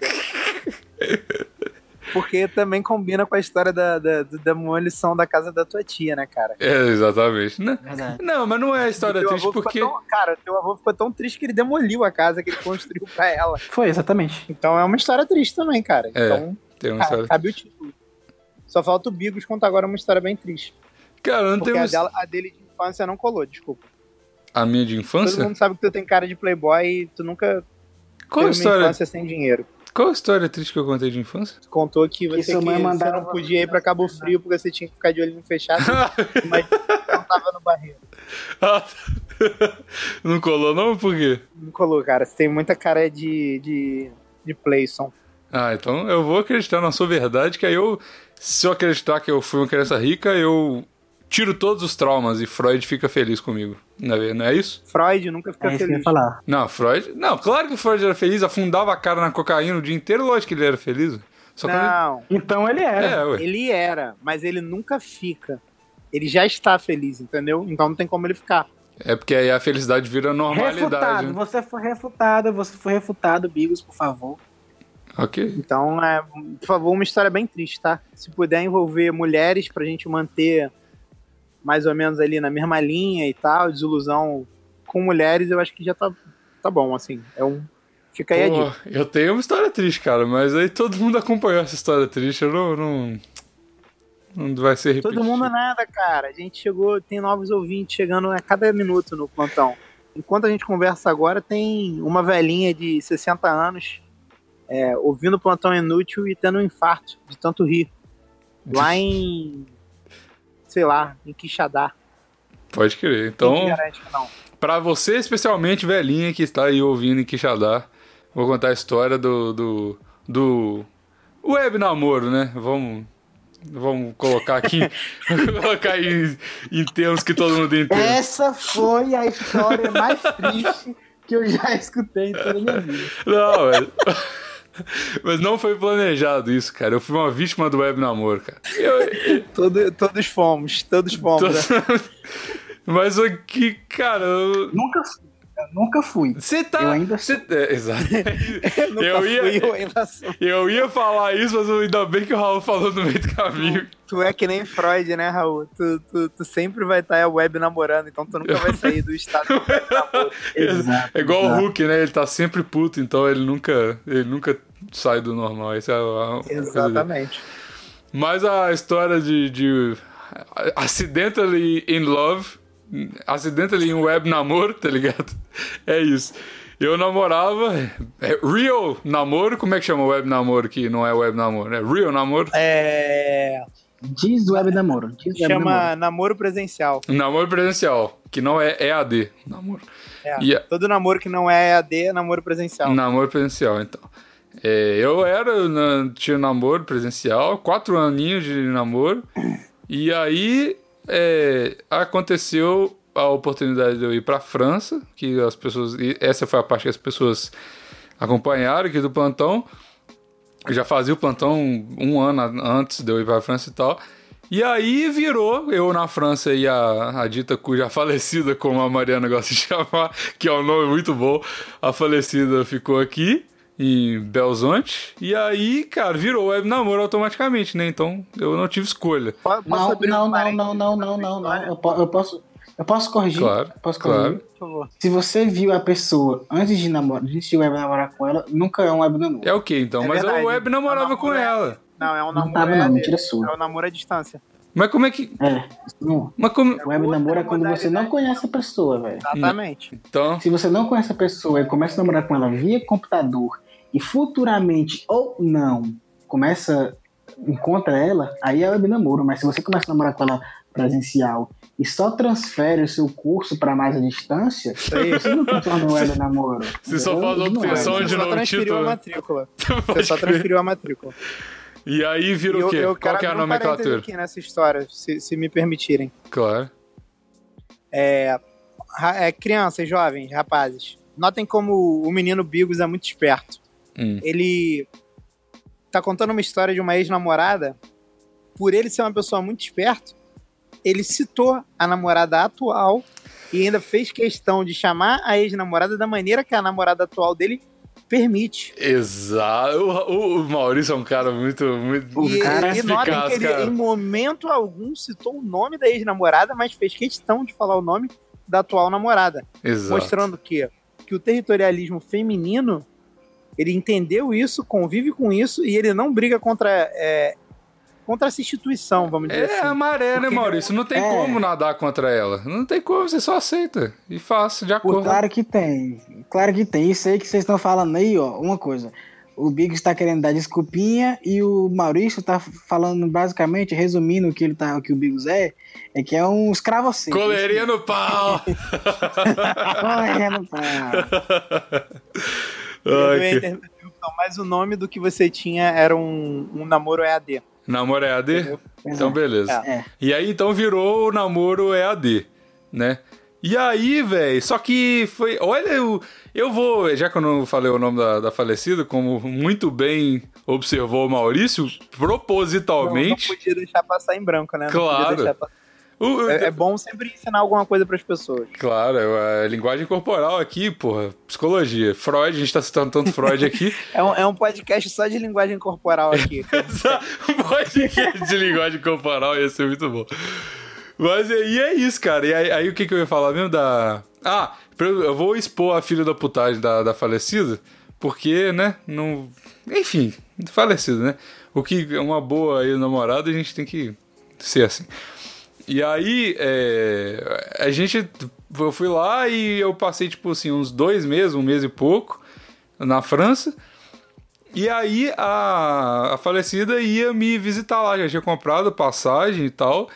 Speaker 6: Porque também combina com a história da, da, da demolição da casa da tua tia, né, cara?
Speaker 5: É, exatamente. Não,
Speaker 2: Verdade.
Speaker 5: não, mas não é história
Speaker 6: Teu
Speaker 5: triste
Speaker 6: avô ficou
Speaker 5: porque.
Speaker 6: tão- cara, teu avô ficou tão triste que ele demoliu a casa que ele construiu pra ela.
Speaker 2: Foi, exatamente.
Speaker 6: Então é uma história triste também, cara.
Speaker 5: É,
Speaker 6: então,
Speaker 5: Tem uma
Speaker 6: cara,
Speaker 5: história...
Speaker 6: cabe o título. Só falta o Bigos contar agora uma história bem triste.
Speaker 5: Cara, não
Speaker 6: Porque
Speaker 5: tem
Speaker 6: a,
Speaker 5: uma...
Speaker 6: dela- a dele de infância não colou, desculpa.
Speaker 5: a minha de
Speaker 6: Todo
Speaker 5: infância?
Speaker 6: mundo sabe que tu tem cara de playboy e tu nunca
Speaker 5: Qual a
Speaker 6: teve uma
Speaker 5: história?
Speaker 6: infância sem dinheiro.
Speaker 5: Qual a história triste que eu contei de infância?
Speaker 6: contou que você,
Speaker 7: sua
Speaker 6: que
Speaker 7: mãe
Speaker 6: você
Speaker 7: mandava
Speaker 6: não podia ir pra Cabo Frio porque você tinha que ficar de olhinho fechado, mas não tava no barreiro.
Speaker 5: Ah, não colou não? Por quê?
Speaker 6: Não colou, cara. Você tem muita cara de, de, de Playson.
Speaker 5: Ah, então eu vou acreditar na sua verdade, que aí eu, se eu acreditar que eu fui uma criança rica, eu tiro todos os traumas e Freud fica feliz comigo. Não é, não é isso?
Speaker 6: Freud nunca fica
Speaker 2: É isso que eu ia
Speaker 6: feliz.
Speaker 2: falar.
Speaker 5: Não, Freud... Não, claro que o Freud era feliz, afundava a cara na cocaína o dia inteiro, lógico que ele era feliz. Só que
Speaker 6: Não,
Speaker 2: Então ele
Speaker 5: ele...
Speaker 2: era.
Speaker 5: É, ué.
Speaker 6: ele era, mas ele nunca fica. Ele já está feliz, entendeu? Então não tem como ele ficar.
Speaker 5: É porque aí a felicidade vira normalidade.
Speaker 2: Refutado,
Speaker 5: né?
Speaker 2: você foi refutado, você foi refutado, Bigos, por favor.
Speaker 5: Ok.
Speaker 6: Então, é, por favor, uma história bem triste, tá? Se puder envolver mulheres pra gente manter mais ou menos ali na mesma linha e tal, desilusão com mulheres, eu acho que já tá, tá bom, assim. É um. Fica aí a dica.
Speaker 5: Pô, eu tenho uma história triste, cara, mas aí todo mundo acompanhou essa história triste. Eu não. Não, não vai ser repetido.
Speaker 6: Todo mundo nada, cara. A gente chegou, tem novos ouvintes chegando a cada minuto no plantão. Enquanto a gente conversa agora, tem uma velhinha de 60 anos é, ouvindo o plantão inútil e tendo um infarto de tanto rir. Lá em. sei lá, em Quixadá.
Speaker 5: Pode crer.
Speaker 6: Quem que
Speaker 5: Então,
Speaker 6: garante que não?
Speaker 5: pra você, especialmente, velhinha que está aí ouvindo em Quixadá, vou contar a história do. do. do web namoro, né? Vamos. Vamos colocar aqui. vamos colocar aí em, em termos que todo mundo entende.
Speaker 2: Essa foi a história mais triste que eu já escutei em toda a minha vida.
Speaker 5: Não, mas... mas não foi planejado isso, cara. Eu fui uma vítima do web namoro, cara. Então,
Speaker 6: Todo- todos fomos, todos fomos. né?
Speaker 5: Mas o que, cara, eu-
Speaker 2: Nunca fui, eu nunca fui.
Speaker 5: você tá.
Speaker 2: Eu ainda
Speaker 5: você- é, exato.
Speaker 6: Nunca
Speaker 5: eu ia-
Speaker 6: fui, eu ainda sou.
Speaker 5: Eu ia falar isso, mas ainda bem que o Raul falou no meio do caminho.
Speaker 6: Tu é que nem Freud, né, Raul? Tu, tu, tu sempre vai estar a web namorando, então tu nunca vai sair do estado do web namoro.
Speaker 2: Exato,
Speaker 5: é igual o
Speaker 2: exato.
Speaker 5: Hulk, né? Ele tá sempre puto, então ele nunca, ele nunca sai do normal. Essa é a- a- a coisa dele.
Speaker 6: Exatamente.
Speaker 5: Mas a história de, de Accidentally in Love, Accidentally in Web Namoro, tá ligado? É isso. Eu namorava. É real namoro? Como é que chama web namoro que não é web namoro? É real namoro?
Speaker 6: É,
Speaker 2: Diz web namoro. Diz web namoro.
Speaker 6: chama namoro presencial.
Speaker 5: Namoro presencial, que não é EAD. Namoro.
Speaker 6: É,
Speaker 5: E Hum. a-
Speaker 6: Todo namoro que não é AD é namoro presencial.
Speaker 5: Namoro presencial, então. É, eu era, na- tinha namoro presencial, quatro aninhos de namoro. E aí é, aconteceu a oportunidade de eu ir pra França, que as pessoas. e essa foi a parte que as pessoas acompanharam aqui do plantão. Eu já fazia o plantão um ano a- antes de eu ir pra França e tal. E aí virou, eu na França e a, a dita cuja falecida, como a Mariana gosta de chamar, que é um nome muito bom, a falecida ficou aqui em Belzonte. E aí, cara, virou web namoro automaticamente, né? Então eu não tive escolha.
Speaker 6: Po- Posso
Speaker 2: Não,
Speaker 6: abrir um
Speaker 2: não, não,
Speaker 6: parênteses
Speaker 2: não, não, não, não, não. Eu, po- eu posso, eu posso corrigir.
Speaker 5: Claro,
Speaker 2: Eu posso corrigir.
Speaker 5: claro.
Speaker 6: Por favor.
Speaker 2: Se você viu a pessoa antes de namorar, antes de web namorar com ela, nunca é um web namoro.
Speaker 5: É o que então?
Speaker 6: É
Speaker 5: Mas
Speaker 6: verdade.
Speaker 5: eu web namorava
Speaker 6: Eu
Speaker 5: com ela.
Speaker 6: Não, é um
Speaker 2: Não
Speaker 6: namoro.
Speaker 2: tava
Speaker 6: é
Speaker 2: não,
Speaker 6: AD.
Speaker 2: mentira sua.
Speaker 6: É um namoro à distância.
Speaker 5: Mas como é que.
Speaker 2: É, isso não.
Speaker 5: Mas como.
Speaker 2: Web
Speaker 6: Outra
Speaker 2: namoro é quando você não
Speaker 6: modalidade.
Speaker 2: conhece a pessoa, velho.
Speaker 6: Exatamente.
Speaker 5: Então.
Speaker 2: Se você não conhece a pessoa e começa a namorar com ela via computador e futuramente ou não começa encontra ela, aí ela é de namoro. Mas se você começa a namorar com ela presencial e só transfere o seu curso pra mais à distância, você não transformou ela em namoro.
Speaker 5: Você só
Speaker 2: entendeu?
Speaker 5: faz a
Speaker 2: Não é.
Speaker 5: opção
Speaker 6: Você
Speaker 5: de
Speaker 6: só
Speaker 5: não
Speaker 6: transferiu a
Speaker 5: título.
Speaker 6: matrícula. Você
Speaker 5: Pode
Speaker 6: só
Speaker 5: crer.
Speaker 6: transferiu a matrícula.
Speaker 5: E aí vira
Speaker 6: E
Speaker 5: o quê?
Speaker 6: eu
Speaker 5: Qual
Speaker 6: quero
Speaker 5: que é a
Speaker 6: abrir um parênteses
Speaker 5: nomenclatura?
Speaker 6: aqui nessa história, se, se me permitirem.
Speaker 5: Claro.
Speaker 6: Ra- é, crianças, jovens, rapazes. Notem como o menino Bigos é muito esperto.
Speaker 5: Hum.
Speaker 6: Ele tá contando uma história de uma ex-namorada. Por ele ser uma pessoa muito esperta, ele citou a namorada atual e ainda fez questão de chamar a ex-namorada da maneira que a namorada atual dele permite.
Speaker 5: Exato. O, o- o Maurício é um cara muito, muito
Speaker 6: E, e notem é que
Speaker 5: perspicaz,
Speaker 6: ele, em
Speaker 5: cara.
Speaker 6: momento algum, citou o nome da ex-namorada, mas fez questão de falar o nome da atual namorada.
Speaker 5: Exato.
Speaker 6: mostrando que, que o territorialismo feminino ele entendeu isso, convive com isso e ele não briga contra é, contra essa instituição, vamos dizer
Speaker 5: É a
Speaker 6: assim.
Speaker 5: maré, né,
Speaker 6: Porque-
Speaker 5: Maurício? Não tem
Speaker 2: É.
Speaker 5: como nadar contra ela. Não tem como, você só aceita. E faça de
Speaker 2: Pô,
Speaker 5: acordo.
Speaker 2: claro que tem. Claro que tem. Isso aí que vocês estão falando aí, ó. Uma coisa. O Big está querendo dar desculpinha e o Maurício tá falando basicamente, resumindo o que ele tá, o que o Bigos é, é que é um escravo assim.
Speaker 5: Coleirinha no pau!
Speaker 2: é, tá.
Speaker 6: Eu
Speaker 5: Ai,
Speaker 6: ia
Speaker 5: que...
Speaker 6: inter- Então, mas o nome do que você tinha era um, um namoro EAD.
Speaker 5: Namoro é AD? Então, beleza.
Speaker 2: É.
Speaker 5: E aí, então, virou o namoro EAD, né? E aí, velho, só que foi... Olha, eu, eu vou... Já que eu não falei o nome da, da falecida, como muito bem observou o Maurício,
Speaker 6: Não, não
Speaker 5: propositalmente...
Speaker 6: podia deixar passar em branco, né? Não
Speaker 5: Claro.
Speaker 6: podia deixar passar-
Speaker 5: O- o-
Speaker 6: É, é bom sempre ensinar alguma coisa para as pessoas.
Speaker 5: Claro, é a linguagem corporal aqui, porra, psicologia. Freud, a gente tá citando tanto Freud aqui.
Speaker 6: É um, é um podcast só de linguagem corporal aqui.
Speaker 5: Essa podcast de linguagem corporal ia ser muito bom. Mas aí é isso, cara. E aí, aí o que, que eu ia falar mesmo da. Ah, pra eu eu vou expor a filha da putagem da, da falecida, porque, né, não. Enfim, falecida, né? O que é uma boa aí namorada, a gente tem que ser assim. E aí, é, a gente. Eu fui lá e eu passei, tipo assim, uns dois meses, um mês e pouco, na França. E aí a, a falecida ia me visitar lá, já tinha comprado passagem e tal.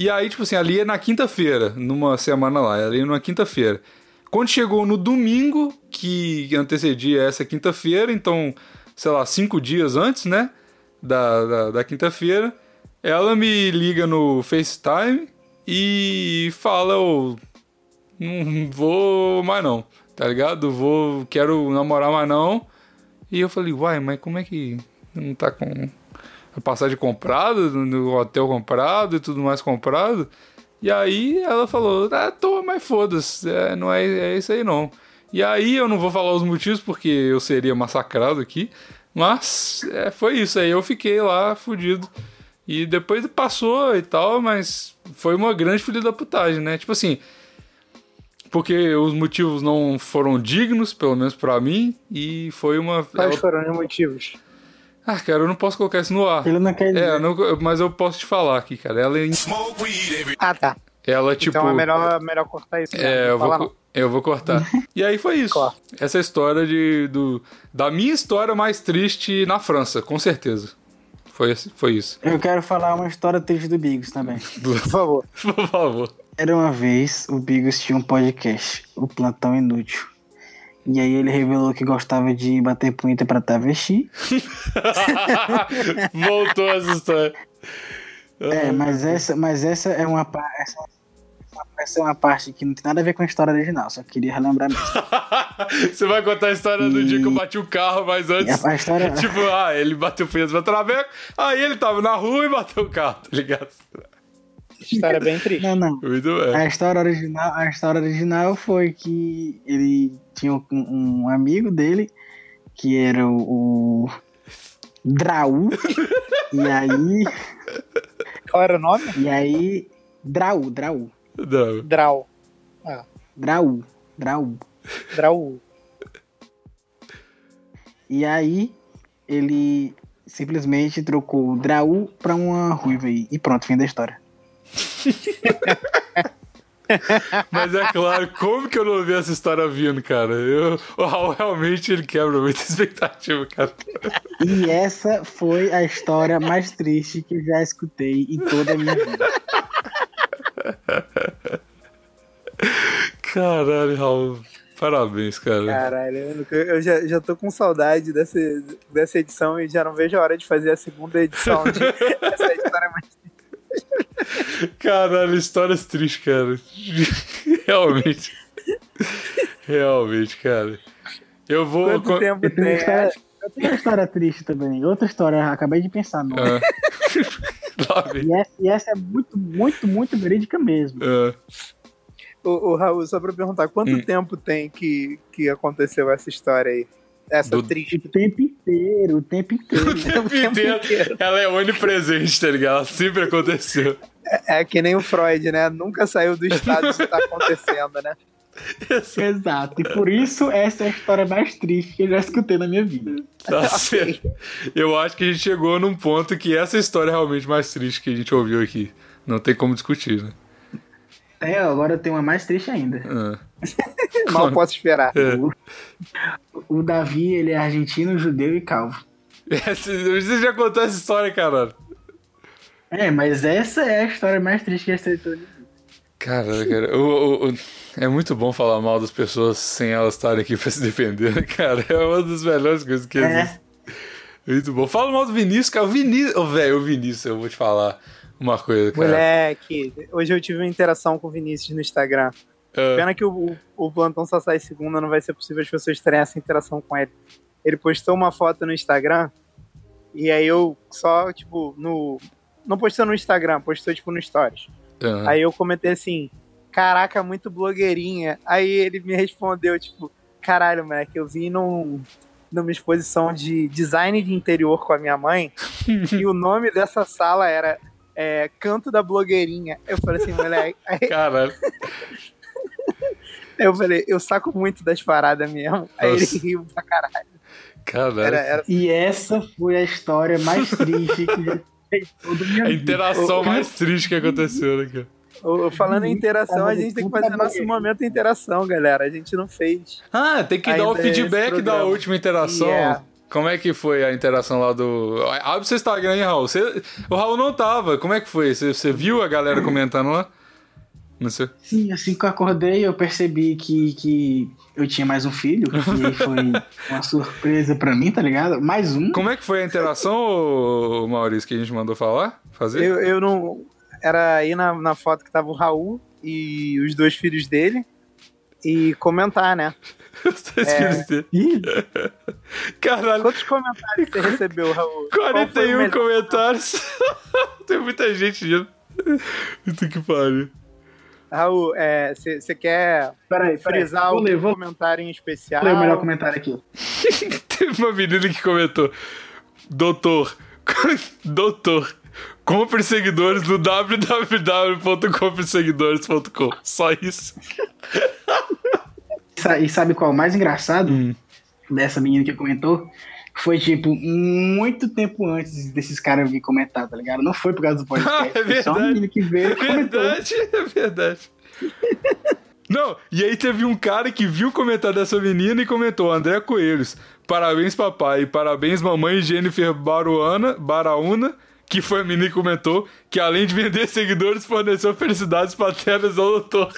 Speaker 5: E aí, tipo assim, ali é na quinta-feira, numa semana lá, ali é numa quinta-feira. Quando chegou no domingo, que antecedia essa quinta-feira, então, sei lá, cinco dias antes, né? Da, da, da quinta-feira, ela me liga no FaceTime e fala, ô, não vou mais não, tá ligado? Vou, quero namorar mais não. E eu falei, uai, mas como é que não tá com a passagem comprada, no hotel comprado e tudo mais comprado? E aí ela falou, ah, tô, mas foda-se, é, não é, é isso aí não. E aí eu não vou falar os motivos porque eu seria massacrado aqui, mas é, foi isso, aí eu fiquei lá fudido. E depois passou e tal, mas foi uma grande filha da putagem, né? Tipo assim, porque os motivos não foram dignos, pelo menos pra mim, e foi uma. é
Speaker 6: Quais foram os motivos?
Speaker 5: Ah, cara, eu não posso colocar isso no ar.
Speaker 2: Ele não quer dizer.
Speaker 5: É, eu não- mas eu posso te falar aqui, cara. Ela, é
Speaker 8: Smoke weed every
Speaker 6: Ah, tá.
Speaker 5: ela tipo.
Speaker 6: então é melhor, melhor cortar isso. né?
Speaker 5: É,
Speaker 6: Não
Speaker 5: eu vou,
Speaker 6: fala
Speaker 5: co- eu vou cortar. E aí foi isso.
Speaker 6: Corta.
Speaker 5: Essa é história de, do, da minha história mais triste na França, com certeza. Foi, esse- foi isso.
Speaker 2: Eu quero falar uma história triste do Bigos também.
Speaker 6: não, Por favor.
Speaker 5: Por favor.
Speaker 2: Era uma vez o Bigos tinha um podcast, o Plantão Inútil. E aí ele revelou que gostava de bater punheta pra travesti.
Speaker 5: Voltou essa história.
Speaker 2: É, mas essa, mas essa é uma pa- essa, essa é uma parte que não tem nada a ver com a história original, só queria relembrar mesmo.
Speaker 5: Você vai contar a história do dia que eu bati o carro, mas antes.
Speaker 2: A história-
Speaker 5: Tipo, ah, ele bateu o peso pra traveco, aí ele tava na rua e bateu o carro, tá ligado?
Speaker 6: História é bem triste.
Speaker 2: Não, não.
Speaker 5: Muito bem.
Speaker 2: A história original, a história original foi que ele tinha um, um amigo dele que era o, o Draú. e aí,
Speaker 6: Qual era o nome?
Speaker 2: e aí Draú, Draú,
Speaker 6: É.
Speaker 5: Não.
Speaker 6: Drau.
Speaker 2: Draú, Draú.
Speaker 6: Drau.
Speaker 2: E aí ele simplesmente trocou o Draú pra uma ruiva aí. E pronto, fim da história.
Speaker 5: Mas é claro, como que eu não vi essa história vindo, cara? Eu- o Raul realmente ele quebra muita expectativa, cara.
Speaker 2: E essa foi a história mais triste que eu já escutei em toda a minha vida.
Speaker 5: Caralho, Raul. Parabéns, cara.
Speaker 6: Caralho, eu, nunca- eu já, já tô com saudade dessa, dessa edição e já não vejo a hora de fazer a segunda edição de essa história mais
Speaker 5: Caralho, histórias tristes, cara. Realmente. Realmente, cara. Eu vou.
Speaker 6: quanto
Speaker 5: co-
Speaker 6: tempo
Speaker 2: Eu tenho, uma
Speaker 6: tem.
Speaker 2: história, eu tenho uma história triste também. Outra história, acabei de pensar numa.
Speaker 5: Ah. Lá vem.
Speaker 2: E essa, e essa é muito, muito, muito verídica mesmo.
Speaker 5: Ah.
Speaker 6: O, Raul, só pra perguntar, quanto tempo tem que, que aconteceu essa história aí? Essa
Speaker 5: Do-
Speaker 2: Tipo,
Speaker 6: triste.
Speaker 2: O tempo inteiro, o tempo inteiro.
Speaker 5: tempo inteiro. Ela é onipresente, tá ligado? Ela sempre aconteceu.
Speaker 6: É que nem o Freud, né? Nunca saiu do estado de tá acontecendo, né?
Speaker 2: Exato. E por isso essa é a história mais triste que eu já escutei na minha vida.
Speaker 5: Tá certo. Eu acho que a gente chegou num ponto que essa história é realmente mais triste que a gente ouviu aqui. Não tem como discutir, né?
Speaker 2: É, agora eu tenho uma mais triste ainda.
Speaker 5: Ah. É.
Speaker 6: Mal posso esperar.
Speaker 2: O Davi, ele é argentino, judeu e calvo.
Speaker 5: Essa- Você já contou essa história, caralho.
Speaker 2: É, mas essa é a história mais triste que eu já escutei.
Speaker 5: Caralho, cara. O- o- o- É muito bom falar mal das pessoas sem elas estarem aqui pra se defender, né, cara? É uma das melhores coisas que
Speaker 2: É.
Speaker 5: existe. Muito bom. Fala mal do Vinícius, cara. O Vinícius. Ô, velho, o Vinícius, eu vou te falar uma coisa, cara.
Speaker 6: Moleque, hoje eu tive uma interação com o Vinícius no Instagram.
Speaker 5: Ah.
Speaker 6: Pena que o, o plantão só sai segunda, não vai ser possível as pessoas terem essa interação com ele. Ele postou uma foto no Instagram e aí eu só, tipo, no. Não postou no Instagram, postou, tipo, no Stories.
Speaker 5: Ah.
Speaker 6: Aí eu comentei assim, caraca, muito blogueirinha. Aí ele me respondeu, tipo, caralho, moleque, eu vim num, numa exposição de design de interior com a minha mãe e o nome dessa sala era é, Canto da Blogueirinha. Eu falei assim, moleque... Aí
Speaker 5: Caralho.
Speaker 6: eu falei, eu saco muito das paradas mesmo. Aí ele
Speaker 5: Nossa.
Speaker 6: riu pra caralho.
Speaker 5: Caralho.
Speaker 6: Era, era
Speaker 2: E essa foi a história mais triste que eu já escutei em toda a minha
Speaker 5: A
Speaker 2: vida.
Speaker 5: interação mais triste que aconteceu, né, cara?
Speaker 6: Ô, Falando em interação, a
Speaker 2: Caralho,
Speaker 6: gente tem que
Speaker 2: puta
Speaker 6: fazer nosso
Speaker 2: blogueirinha.
Speaker 6: momento de interação, galera. A gente não fez.
Speaker 5: Ah, tem que
Speaker 6: Ainda
Speaker 5: dar o
Speaker 6: esse
Speaker 5: feedback da
Speaker 6: programa.
Speaker 5: última interação.
Speaker 6: Yeah.
Speaker 5: Como é que foi a interação lá do. Abre seu Instagram aí, Raul. Você- O Raul não tava. Como é que foi? Você, você viu a galera comentando lá? Não sei.
Speaker 2: Sim, assim que eu acordei, eu percebi que, que eu tinha mais um filho. E aí foi uma surpresa pra mim, tá ligado? Mais um.
Speaker 5: Como é que foi a interação, ô, Maurício, que a gente mandou falar? Fazer?
Speaker 6: Eu, eu não. Era aí na, na foto que tava o Raul e os dois filhos dele. E comentar, né?
Speaker 5: Os dois filhos
Speaker 6: é.
Speaker 5: dele.
Speaker 2: Ih,
Speaker 5: Caralho,
Speaker 6: Quantos comentários
Speaker 2: um
Speaker 6: você recebeu, Raul? Qual foi o
Speaker 5: 41
Speaker 6: melhor?
Speaker 5: comentários. tem muita gente rindo. Puta que pariu.
Speaker 6: Raul, você quer
Speaker 2: peraí, peraí.
Speaker 6: frisar
Speaker 2: Vou
Speaker 6: o
Speaker 2: ler, vou
Speaker 6: comentário em especial?
Speaker 2: ler o melhor comentário aqui.
Speaker 5: Teve uma menina que comentou: Doutor, doutor, compre seguidores no www.compreseguidores.com. Só isso.
Speaker 2: E sa- E sabe qual é o mais engraçado
Speaker 5: Hum.
Speaker 2: dessa menina que comentou? Foi, tipo, muito tempo antes desses caras vir comentar, tá ligado? Não foi por causa do podcast.
Speaker 5: É
Speaker 2: foi só uma
Speaker 5: verdade.
Speaker 2: menina que veio
Speaker 5: É
Speaker 2: e comentou.
Speaker 5: verdade, é verdade. Não, e aí teve um cara que viu o comentário dessa menina e comentou: André Coelhos, parabéns papai, parabéns mamãe Jennifer Baruana, Baraúna, que foi a menina que comentou, que além de vender seguidores, forneceu felicidades paternas ao doutor.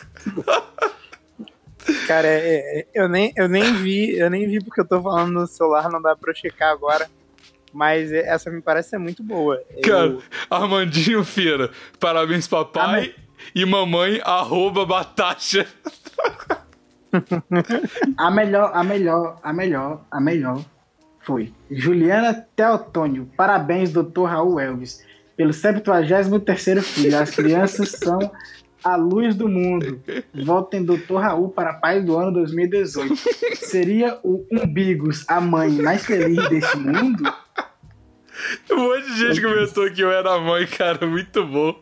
Speaker 6: Cara, é- é- eu, nem, eu nem vi, eu nem vi porque eu tô falando no celular, não dá pra eu checar agora. Mas é, essa me parece ser muito boa. Eu-
Speaker 5: Cara, Armandinho Feira, parabéns papai e mamãe, arroba Batasha.
Speaker 2: A melhor, a melhor, a melhor, a melhor foi. Juliana Teotônio, parabéns, doutor Raul Elvis, pelo 73 filho. As crianças são a luz do mundo. Votem doutor Raul para pai do ano 2018. Seria o umbigos, a mãe mais feliz deste mundo?
Speaker 5: Um monte de gente comentou que eu era a mãe, cara, muito bom.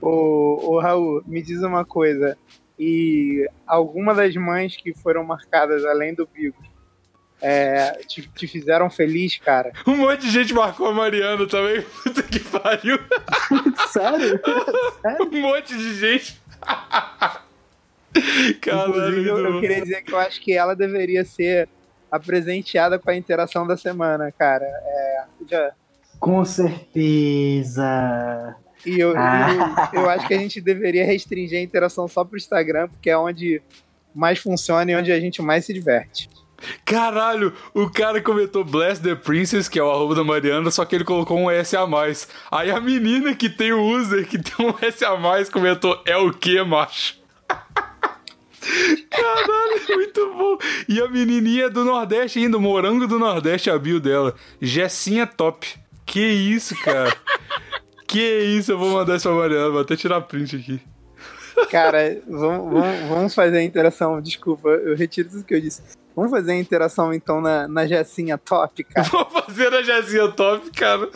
Speaker 6: Ô, ô Raul, me diz uma coisa. E alguma das mães que foram marcadas além do Bigos é, te, te fizeram feliz, cara?
Speaker 5: Um monte de gente marcou a Mariana também, puta que pariu.
Speaker 2: Sério?
Speaker 6: É?
Speaker 5: Um monte de gente. Caralho,
Speaker 6: Inclusive, eu, eu
Speaker 5: não.
Speaker 6: queria dizer que eu acho que ela deveria ser apresenteada com a interação da semana, cara. É, já-
Speaker 2: Com certeza.
Speaker 6: e eu,
Speaker 2: Ah.
Speaker 6: eu, eu acho que a gente deveria restringir a interação só pro Instagram, porque é onde mais funciona e onde a gente mais se diverte.
Speaker 5: Caralho, o cara comentou Bless the Princess, que é o arroba da Mariana, só que ele colocou um S a mais. Aí a menina que tem o user, que tem um S a mais, comentou é o que, macho? Caralho, muito bom. E a menininha do Nordeste ainda, o morango do Nordeste, a bio dela. Gessinha top. Que isso, cara. que isso, eu vou mandar isso pra Mariana, vou até tirar print aqui.
Speaker 6: Cara, vamos, vamos- vamos fazer a interação. Desculpa, eu retiro tudo que eu disse. Vamos fazer a interação então na, na Jessinha top, cara.
Speaker 5: Vou fazer a Gessinha top, cara.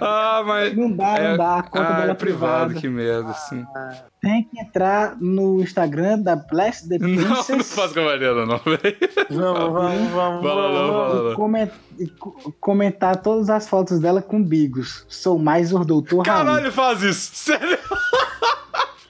Speaker 5: Ah, mas...
Speaker 2: Não dá, não dá. A conta
Speaker 5: ah,
Speaker 2: dela
Speaker 5: é
Speaker 2: é
Speaker 5: privado,
Speaker 2: privada.
Speaker 5: que merda, sim.
Speaker 2: Tem que entrar no Instagram da Bless the
Speaker 5: Não,
Speaker 2: Princess.
Speaker 5: não faz com a Mariana, não, velho.
Speaker 1: Vamos, vamos, vamos.
Speaker 5: Fala não, fala
Speaker 2: E
Speaker 5: não.
Speaker 2: comen- e co- comentar todas as fotos dela com bigos. Sou mais o doutor Raul.
Speaker 5: Caralho, faz isso. Sério?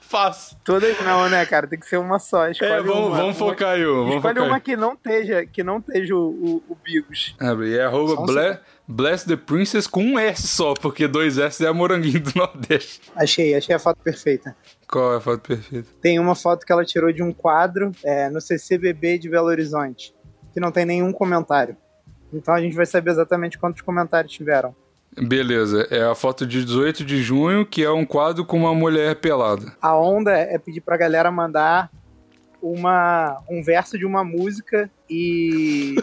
Speaker 5: Faz.
Speaker 6: Todas não, né, cara? Tem que ser uma só. Escolhe
Speaker 5: É, vamos,
Speaker 6: uma,
Speaker 5: vamos
Speaker 6: uma
Speaker 5: focar aí, um, vamos
Speaker 6: Escolhe
Speaker 5: focar
Speaker 6: uma
Speaker 5: aí.
Speaker 6: que não esteja, que não esteja o, o, o Bigos.
Speaker 5: Abre, é arroba
Speaker 6: Só um
Speaker 5: ble, Bless the Princess com um S só, porque dois S é a moranguinho do Nordeste.
Speaker 6: Achei, achei a foto perfeita.
Speaker 5: Qual é a foto perfeita?
Speaker 6: Tem uma foto que ela tirou de um quadro é, no CCBB de Belo Horizonte, que não tem nenhum comentário. Então a gente vai saber exatamente quantos comentários tiveram.
Speaker 5: Beleza, é a foto de 18 de junho, que é um quadro com uma mulher pelada.
Speaker 6: A onda é pedir pra galera mandar uma, um verso de uma música e,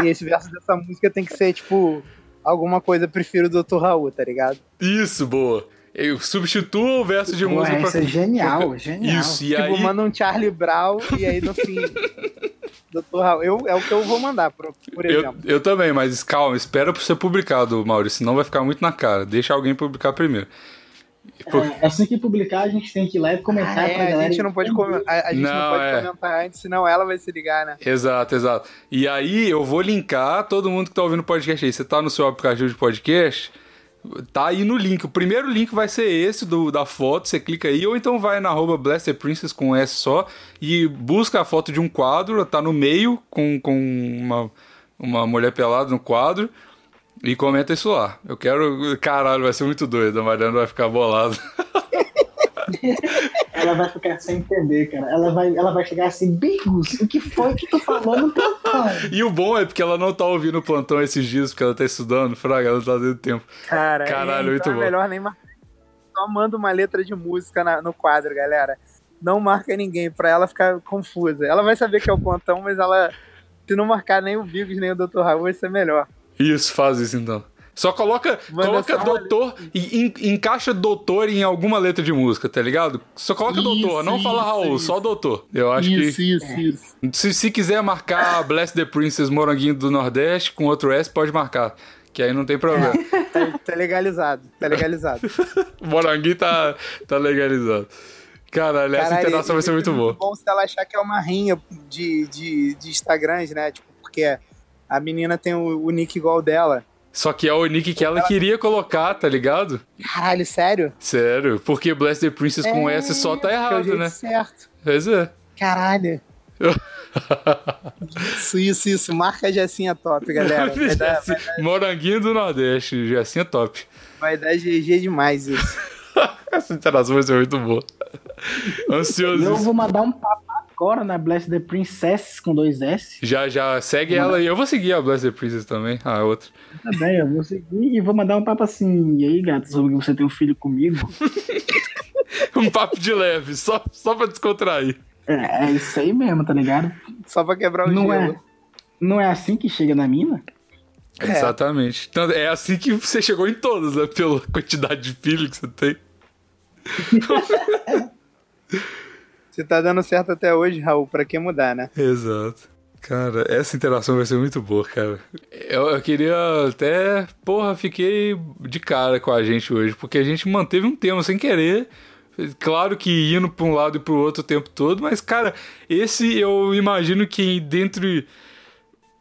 Speaker 6: e esse verso dessa música tem que ser, tipo, alguma coisa, prefiro o Dr. Raul, tá ligado?
Speaker 5: Isso, boa. Eu substituo o verso de
Speaker 2: Ué,
Speaker 5: música
Speaker 2: isso é genial,
Speaker 5: pra-
Speaker 2: genial.
Speaker 5: Isso, e
Speaker 6: tipo,
Speaker 5: aí...
Speaker 6: manda um Charlie Brown e aí no fim. Dr. Raul, eu, é o que eu vou mandar, por, por
Speaker 5: Eu,
Speaker 6: exemplo.
Speaker 5: eu também, mas calma, espera pra ser publicado, Maurício, senão vai ficar muito na cara. Deixa alguém publicar primeiro. Por-
Speaker 2: É, Assim que publicar, a gente tem que ir lá e comentar
Speaker 6: Ah,
Speaker 2: pra
Speaker 6: é,
Speaker 2: galera.
Speaker 6: a gente não pode, com- a, a gente não,
Speaker 5: Não,
Speaker 6: pode
Speaker 5: é.
Speaker 6: comentar antes, senão ela vai se ligar, né?
Speaker 5: Exato, exato. E aí eu vou linkar todo mundo que tá ouvindo o podcast aí. Você tá no seu aplicativo de podcast? Tá aí no link. O primeiro link vai ser esse do, da foto, você clica aí, ou então vai na arroba Blaster Princess com S só e busca a foto de um quadro, tá no meio, com, com uma, uma mulher pelada no quadro, e comenta isso lá. Eu quero. Caralho, vai ser muito doido, a Mariana vai ficar bolada.
Speaker 2: Ela vai ficar sem entender, cara. Ela vai, ela vai chegar assim, bigos, o que foi que tu falou no plantão?
Speaker 5: E o bom é porque ela não tá ouvindo o plantão esses dias, porque ela tá estudando, fraga, ela não tá dando tempo.
Speaker 6: Cara,
Speaker 5: Caralho,
Speaker 6: então
Speaker 5: muito
Speaker 6: é
Speaker 5: bom.
Speaker 6: melhor nem marcar. Só manda uma letra de música na- no quadro, galera. Não marca ninguém, pra ela ficar confusa. Ela vai saber que é o plantão, mas ela. Se não marcar nem o Bigos, nem o Dr. Raul, isso é melhor.
Speaker 5: Isso, faz isso então. Só coloca,
Speaker 6: Manda
Speaker 5: coloca
Speaker 6: essa
Speaker 5: doutor e en- encaixa doutor em alguma letra de música, tá ligado? Só coloca doutor, não fala Raul, só doutor. Eu acho que.
Speaker 6: isso, isso.
Speaker 5: Se, se quiser marcar Bless the Princess Moranguinho do Nordeste com outro S, pode marcar. Que aí não tem problema.
Speaker 6: Tá, tá legalizado, tá legalizado.
Speaker 5: Moranguinho tá, tá legalizado. Caralho, essa
Speaker 6: Caralho,
Speaker 5: internação vai ser muito boa.
Speaker 6: bom se ela achar que é uma rinha de, de, de Instagrams, né? Tipo, porque a menina tem o, o nick igual dela.
Speaker 5: Só que é o nick que ela queria colocar, tá ligado?
Speaker 6: Caralho, sério?
Speaker 5: Sério, porque Bless the Princess com S só tá
Speaker 6: que é o
Speaker 5: errado,
Speaker 6: jeito
Speaker 5: né?
Speaker 6: certo.
Speaker 5: Pois é.
Speaker 6: Caralho. Isso, isso, isso. Marca a Jessinha top, galera. Vai dar, vai,
Speaker 5: assim, Moranguinho do Nordeste, já assim é top.
Speaker 6: vai dar GG demais isso.
Speaker 5: Essa interação vai ser muito boa.
Speaker 2: Eu
Speaker 5: Ansioso.
Speaker 2: vou mandar um papo agora na Bless the Princess com dois S.
Speaker 5: Já, já, segue ela aí. Eu vou seguir a Bless the Princess também. Ah, é outra.
Speaker 2: Também, Tá eu vou seguir e vou mandar um papo assim. E aí, gato, soube que você tem um filho comigo?
Speaker 5: Um papo de leve, só, só pra descontrair.
Speaker 2: É, é isso aí mesmo, tá ligado?
Speaker 6: Só pra quebrar o
Speaker 2: Não é,
Speaker 6: gelo.
Speaker 2: não é assim que chega na mina?
Speaker 6: É.
Speaker 5: Exatamente. Então, é assim que você chegou em todas, né? Pela quantidade de filho que você tem.
Speaker 6: Se tá dando certo até hoje, Raul, pra que mudar, né?
Speaker 5: Exato. Cara, essa interação vai ser muito boa, cara. Eu, eu queria até. Porra, fiquei de cara com a gente hoje, porque a gente manteve um tema sem querer. Claro que indo pra um lado e pro outro o tempo todo, mas, cara, esse eu imagino que dentre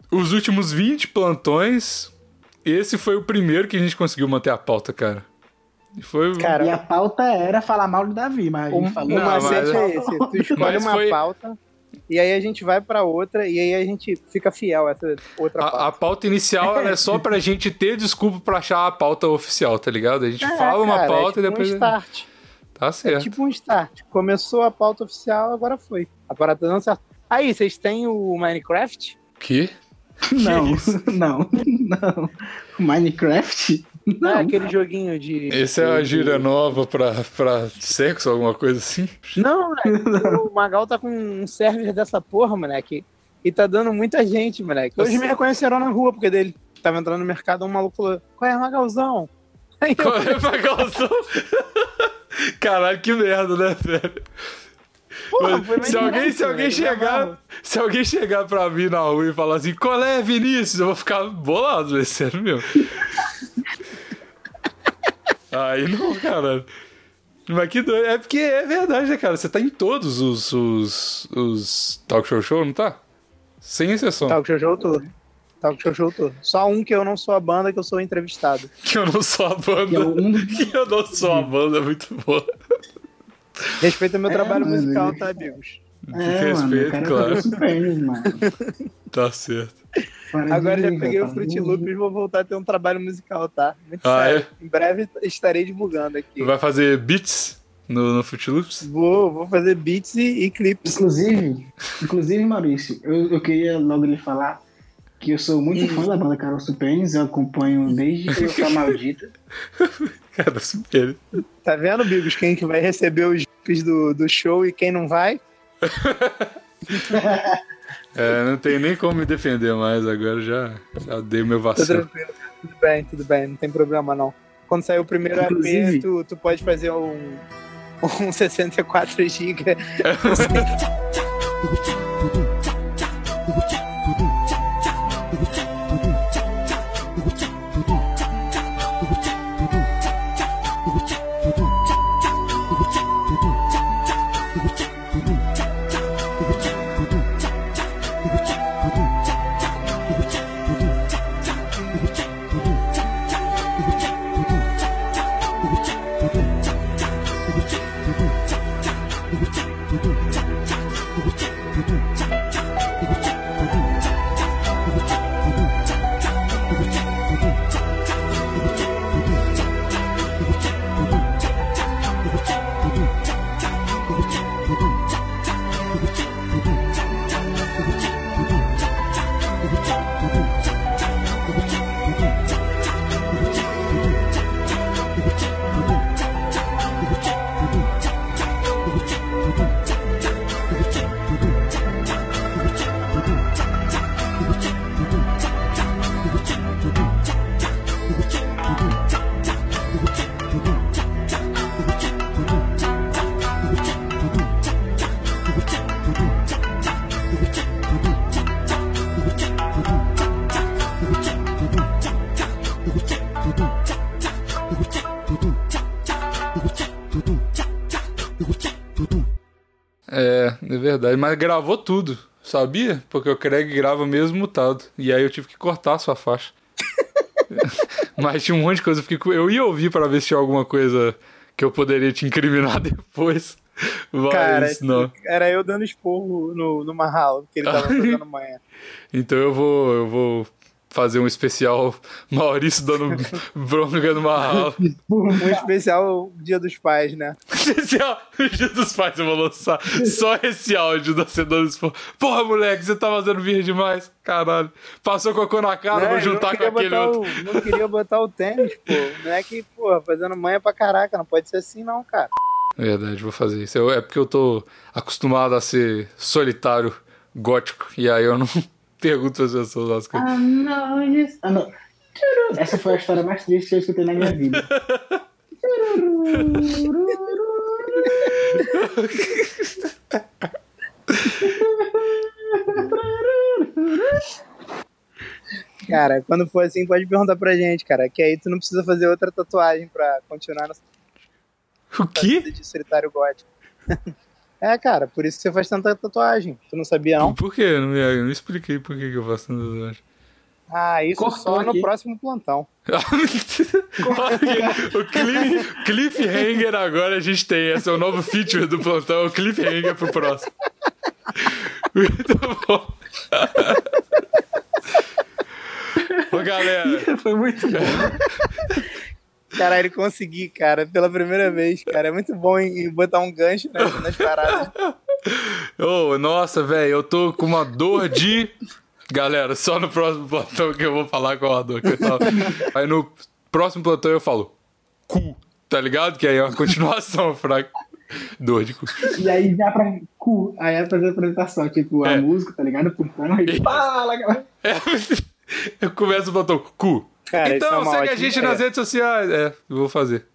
Speaker 5: os últimos 20 plantões, esse foi o primeiro que a gente conseguiu manter a pauta, cara. Foi.
Speaker 6: Cara,
Speaker 2: E a pauta era falar mal do Davi, mas a gente
Speaker 6: O,
Speaker 2: falou.
Speaker 6: o
Speaker 5: Não, mas-
Speaker 6: um macete é esse. Tu escolhe
Speaker 5: Mas
Speaker 6: uma
Speaker 5: foi-
Speaker 6: pauta e aí a gente vai pra outra e aí a gente fica fiel a essa outra pauta.
Speaker 5: A, a pauta inicial ela é só pra gente ter desculpa pra achar a pauta oficial, tá ligado? A gente
Speaker 6: É,
Speaker 5: fala uma
Speaker 6: cara, é
Speaker 5: pauta
Speaker 6: tipo
Speaker 5: e depois.
Speaker 6: Um start.
Speaker 5: Tá
Speaker 6: É
Speaker 5: certo.
Speaker 6: tipo um start. Começou a pauta oficial, agora foi. A parada tá dando certo. Aí, vocês têm o Minecraft?
Speaker 5: Que?
Speaker 2: Não, é não, não. Minecraft?
Speaker 6: Não. é
Speaker 2: Não.
Speaker 6: aquele joguinho de.
Speaker 5: Essa é uma gíria nova pra, pra sexo, alguma coisa assim?
Speaker 6: Não, moleque, o Magal tá com um server dessa porra, moleque. E tá dando muita gente, moleque. Hoje me reconheceram na rua, porque dele tava entrando no mercado, um maluco falou: Qual é, Magalzão? Aí eu,
Speaker 5: Qual é, Magalzão? Caralho, que merda, né, velho?
Speaker 6: Porra, foi
Speaker 5: se
Speaker 6: maneiro,
Speaker 5: alguém, se
Speaker 6: moleque,
Speaker 5: alguém
Speaker 6: eu
Speaker 5: chegar,
Speaker 6: amava.
Speaker 5: se alguém chegar pra mim na rua e falar assim, qual é, Vinícius? Eu vou ficar bolado, velho, sério mesmo. Aí não, cara. Mas que doido. É porque é verdade, né, cara? Você tá em todos os, os, os talk show show, não tá? Sem exceção.
Speaker 2: Tá.
Speaker 6: Talk show show todo. Talk show show todo. Só um que eu não sou a banda, que eu sou o entrevistado.
Speaker 5: Que eu não sou a
Speaker 2: Que é
Speaker 5: banda.
Speaker 2: o um-
Speaker 5: Que eu não sou a banda, é muito boa.
Speaker 6: Respeita meu trabalho
Speaker 2: mano,
Speaker 6: musical, tá, amigos?
Speaker 2: É, mano,
Speaker 5: respeito,
Speaker 2: o cara
Speaker 5: claro.
Speaker 2: tá super, mano.
Speaker 5: Tá certo.
Speaker 2: Para
Speaker 6: Agora
Speaker 2: de
Speaker 6: já
Speaker 2: ligar,
Speaker 6: peguei o
Speaker 2: tá?
Speaker 6: Fruit Loops, vou voltar a ter um trabalho musical, tá? Muito
Speaker 5: Ah,
Speaker 6: sério. Em breve estarei divulgando aqui.
Speaker 5: Vai fazer beats no, no Footloops?
Speaker 6: Vou, vou fazer beats e, e clipes.
Speaker 2: Inclusive, inclusive, Maurício, eu, eu queria logo lhe falar que eu sou
Speaker 6: Hum.
Speaker 2: muito fã da banda Carol Supênis, eu acompanho desde que eu fui a maldita.
Speaker 5: Cara, super.
Speaker 6: Tá vendo, Bigos, quem que vai receber os clipes do, do show e quem não vai?
Speaker 5: É, não tem nem como me defender mais agora, já, já dei meu
Speaker 6: Tá
Speaker 5: vacilo.
Speaker 6: tranquilo. Tudo bem, tudo bem, não tem problema não. Quando sair o primeiro
Speaker 2: Inclusive-
Speaker 6: EP, tu, tu pode fazer um, um 64 GB.
Speaker 5: É, é verdade, mas gravou tudo, sabia? Porque o Craig grava mesmo mutado. E aí eu tive que cortar a sua faixa. mas tinha um monte de coisa. Eu, fiquei com- eu ia ouvir pra ver se tinha alguma coisa que eu poderia te incriminar depois. Mas
Speaker 6: Cara,
Speaker 5: não.
Speaker 6: era eu dando esporro no, no Mahal, que ele tava jogando manhã.
Speaker 5: Então eu vou, eu vou fazer um especial Maurício dando bronca numa aula.
Speaker 6: Um especial Dia dos Pais, né?
Speaker 5: especial é o Dia dos Pais eu vou lançar só esse áudio da Cedona Expo. Porra, moleque, você tá fazendo vir demais. Caralho. Passou cocô na cara,
Speaker 6: Né?
Speaker 5: vou
Speaker 6: Eu não
Speaker 5: juntar com
Speaker 6: queria
Speaker 5: aquele
Speaker 6: botar
Speaker 5: outro.
Speaker 6: o- não queria botar o tênis, pô. Não é que, pô, fazendo manha pra caraca, não pode ser assim não, cara.
Speaker 5: É Verdade, vou fazer isso. Eu- é porque eu tô acostumado a ser solitário, gótico, e aí eu não pergunto as pessoas as coisas.
Speaker 2: Ah, não, isso- ah, não. Tchururu. Essa foi a história mais triste que eu escutei na minha vida.
Speaker 6: Cara, quando for assim, pode perguntar pra gente, cara. Que aí tu não precisa fazer outra tatuagem pra continuar nessa Ah.
Speaker 5: O quê?
Speaker 6: vida de solitário gótico. é, cara, por isso que você faz tanta tatuagem. Tu não sabia, não?
Speaker 5: Por quê? Eu Não, me- eu não expliquei por que que eu faço tantas
Speaker 6: Ah, isso
Speaker 2: Cortou
Speaker 6: só no
Speaker 2: aqui.
Speaker 6: próximo plantão.
Speaker 5: o cliff, cliffhanger agora a gente tem. Esse é o novo feature do plantão. o Cliffhanger pro próximo. Muito bom. Ô, galera.
Speaker 2: Foi muito bom.
Speaker 6: Caralho, consegui, cara, pela primeira vez, cara. É muito bom em em botar um gancho né, nas paradas.
Speaker 5: Ô, nossa, velho, eu tô com uma dor de. Galera, só no próximo plantão que eu vou falar qual a dor que eu tava. Aí no próximo plantão eu falo cu, tá ligado? Que aí é uma continuação, fraco. Dor de cu.
Speaker 2: E aí já pra cu, aí é pra apresentação, tipo, a
Speaker 5: É.
Speaker 2: música, tá ligado? Puntando aí. Fala, galera.
Speaker 5: É, eu começo o plantão, cu.
Speaker 6: Cara, isso é
Speaker 5: então,
Speaker 6: uma
Speaker 5: segue a
Speaker 6: ótima
Speaker 5: gente
Speaker 6: ideia.
Speaker 5: nas redes sociais. É, eu vou fazer.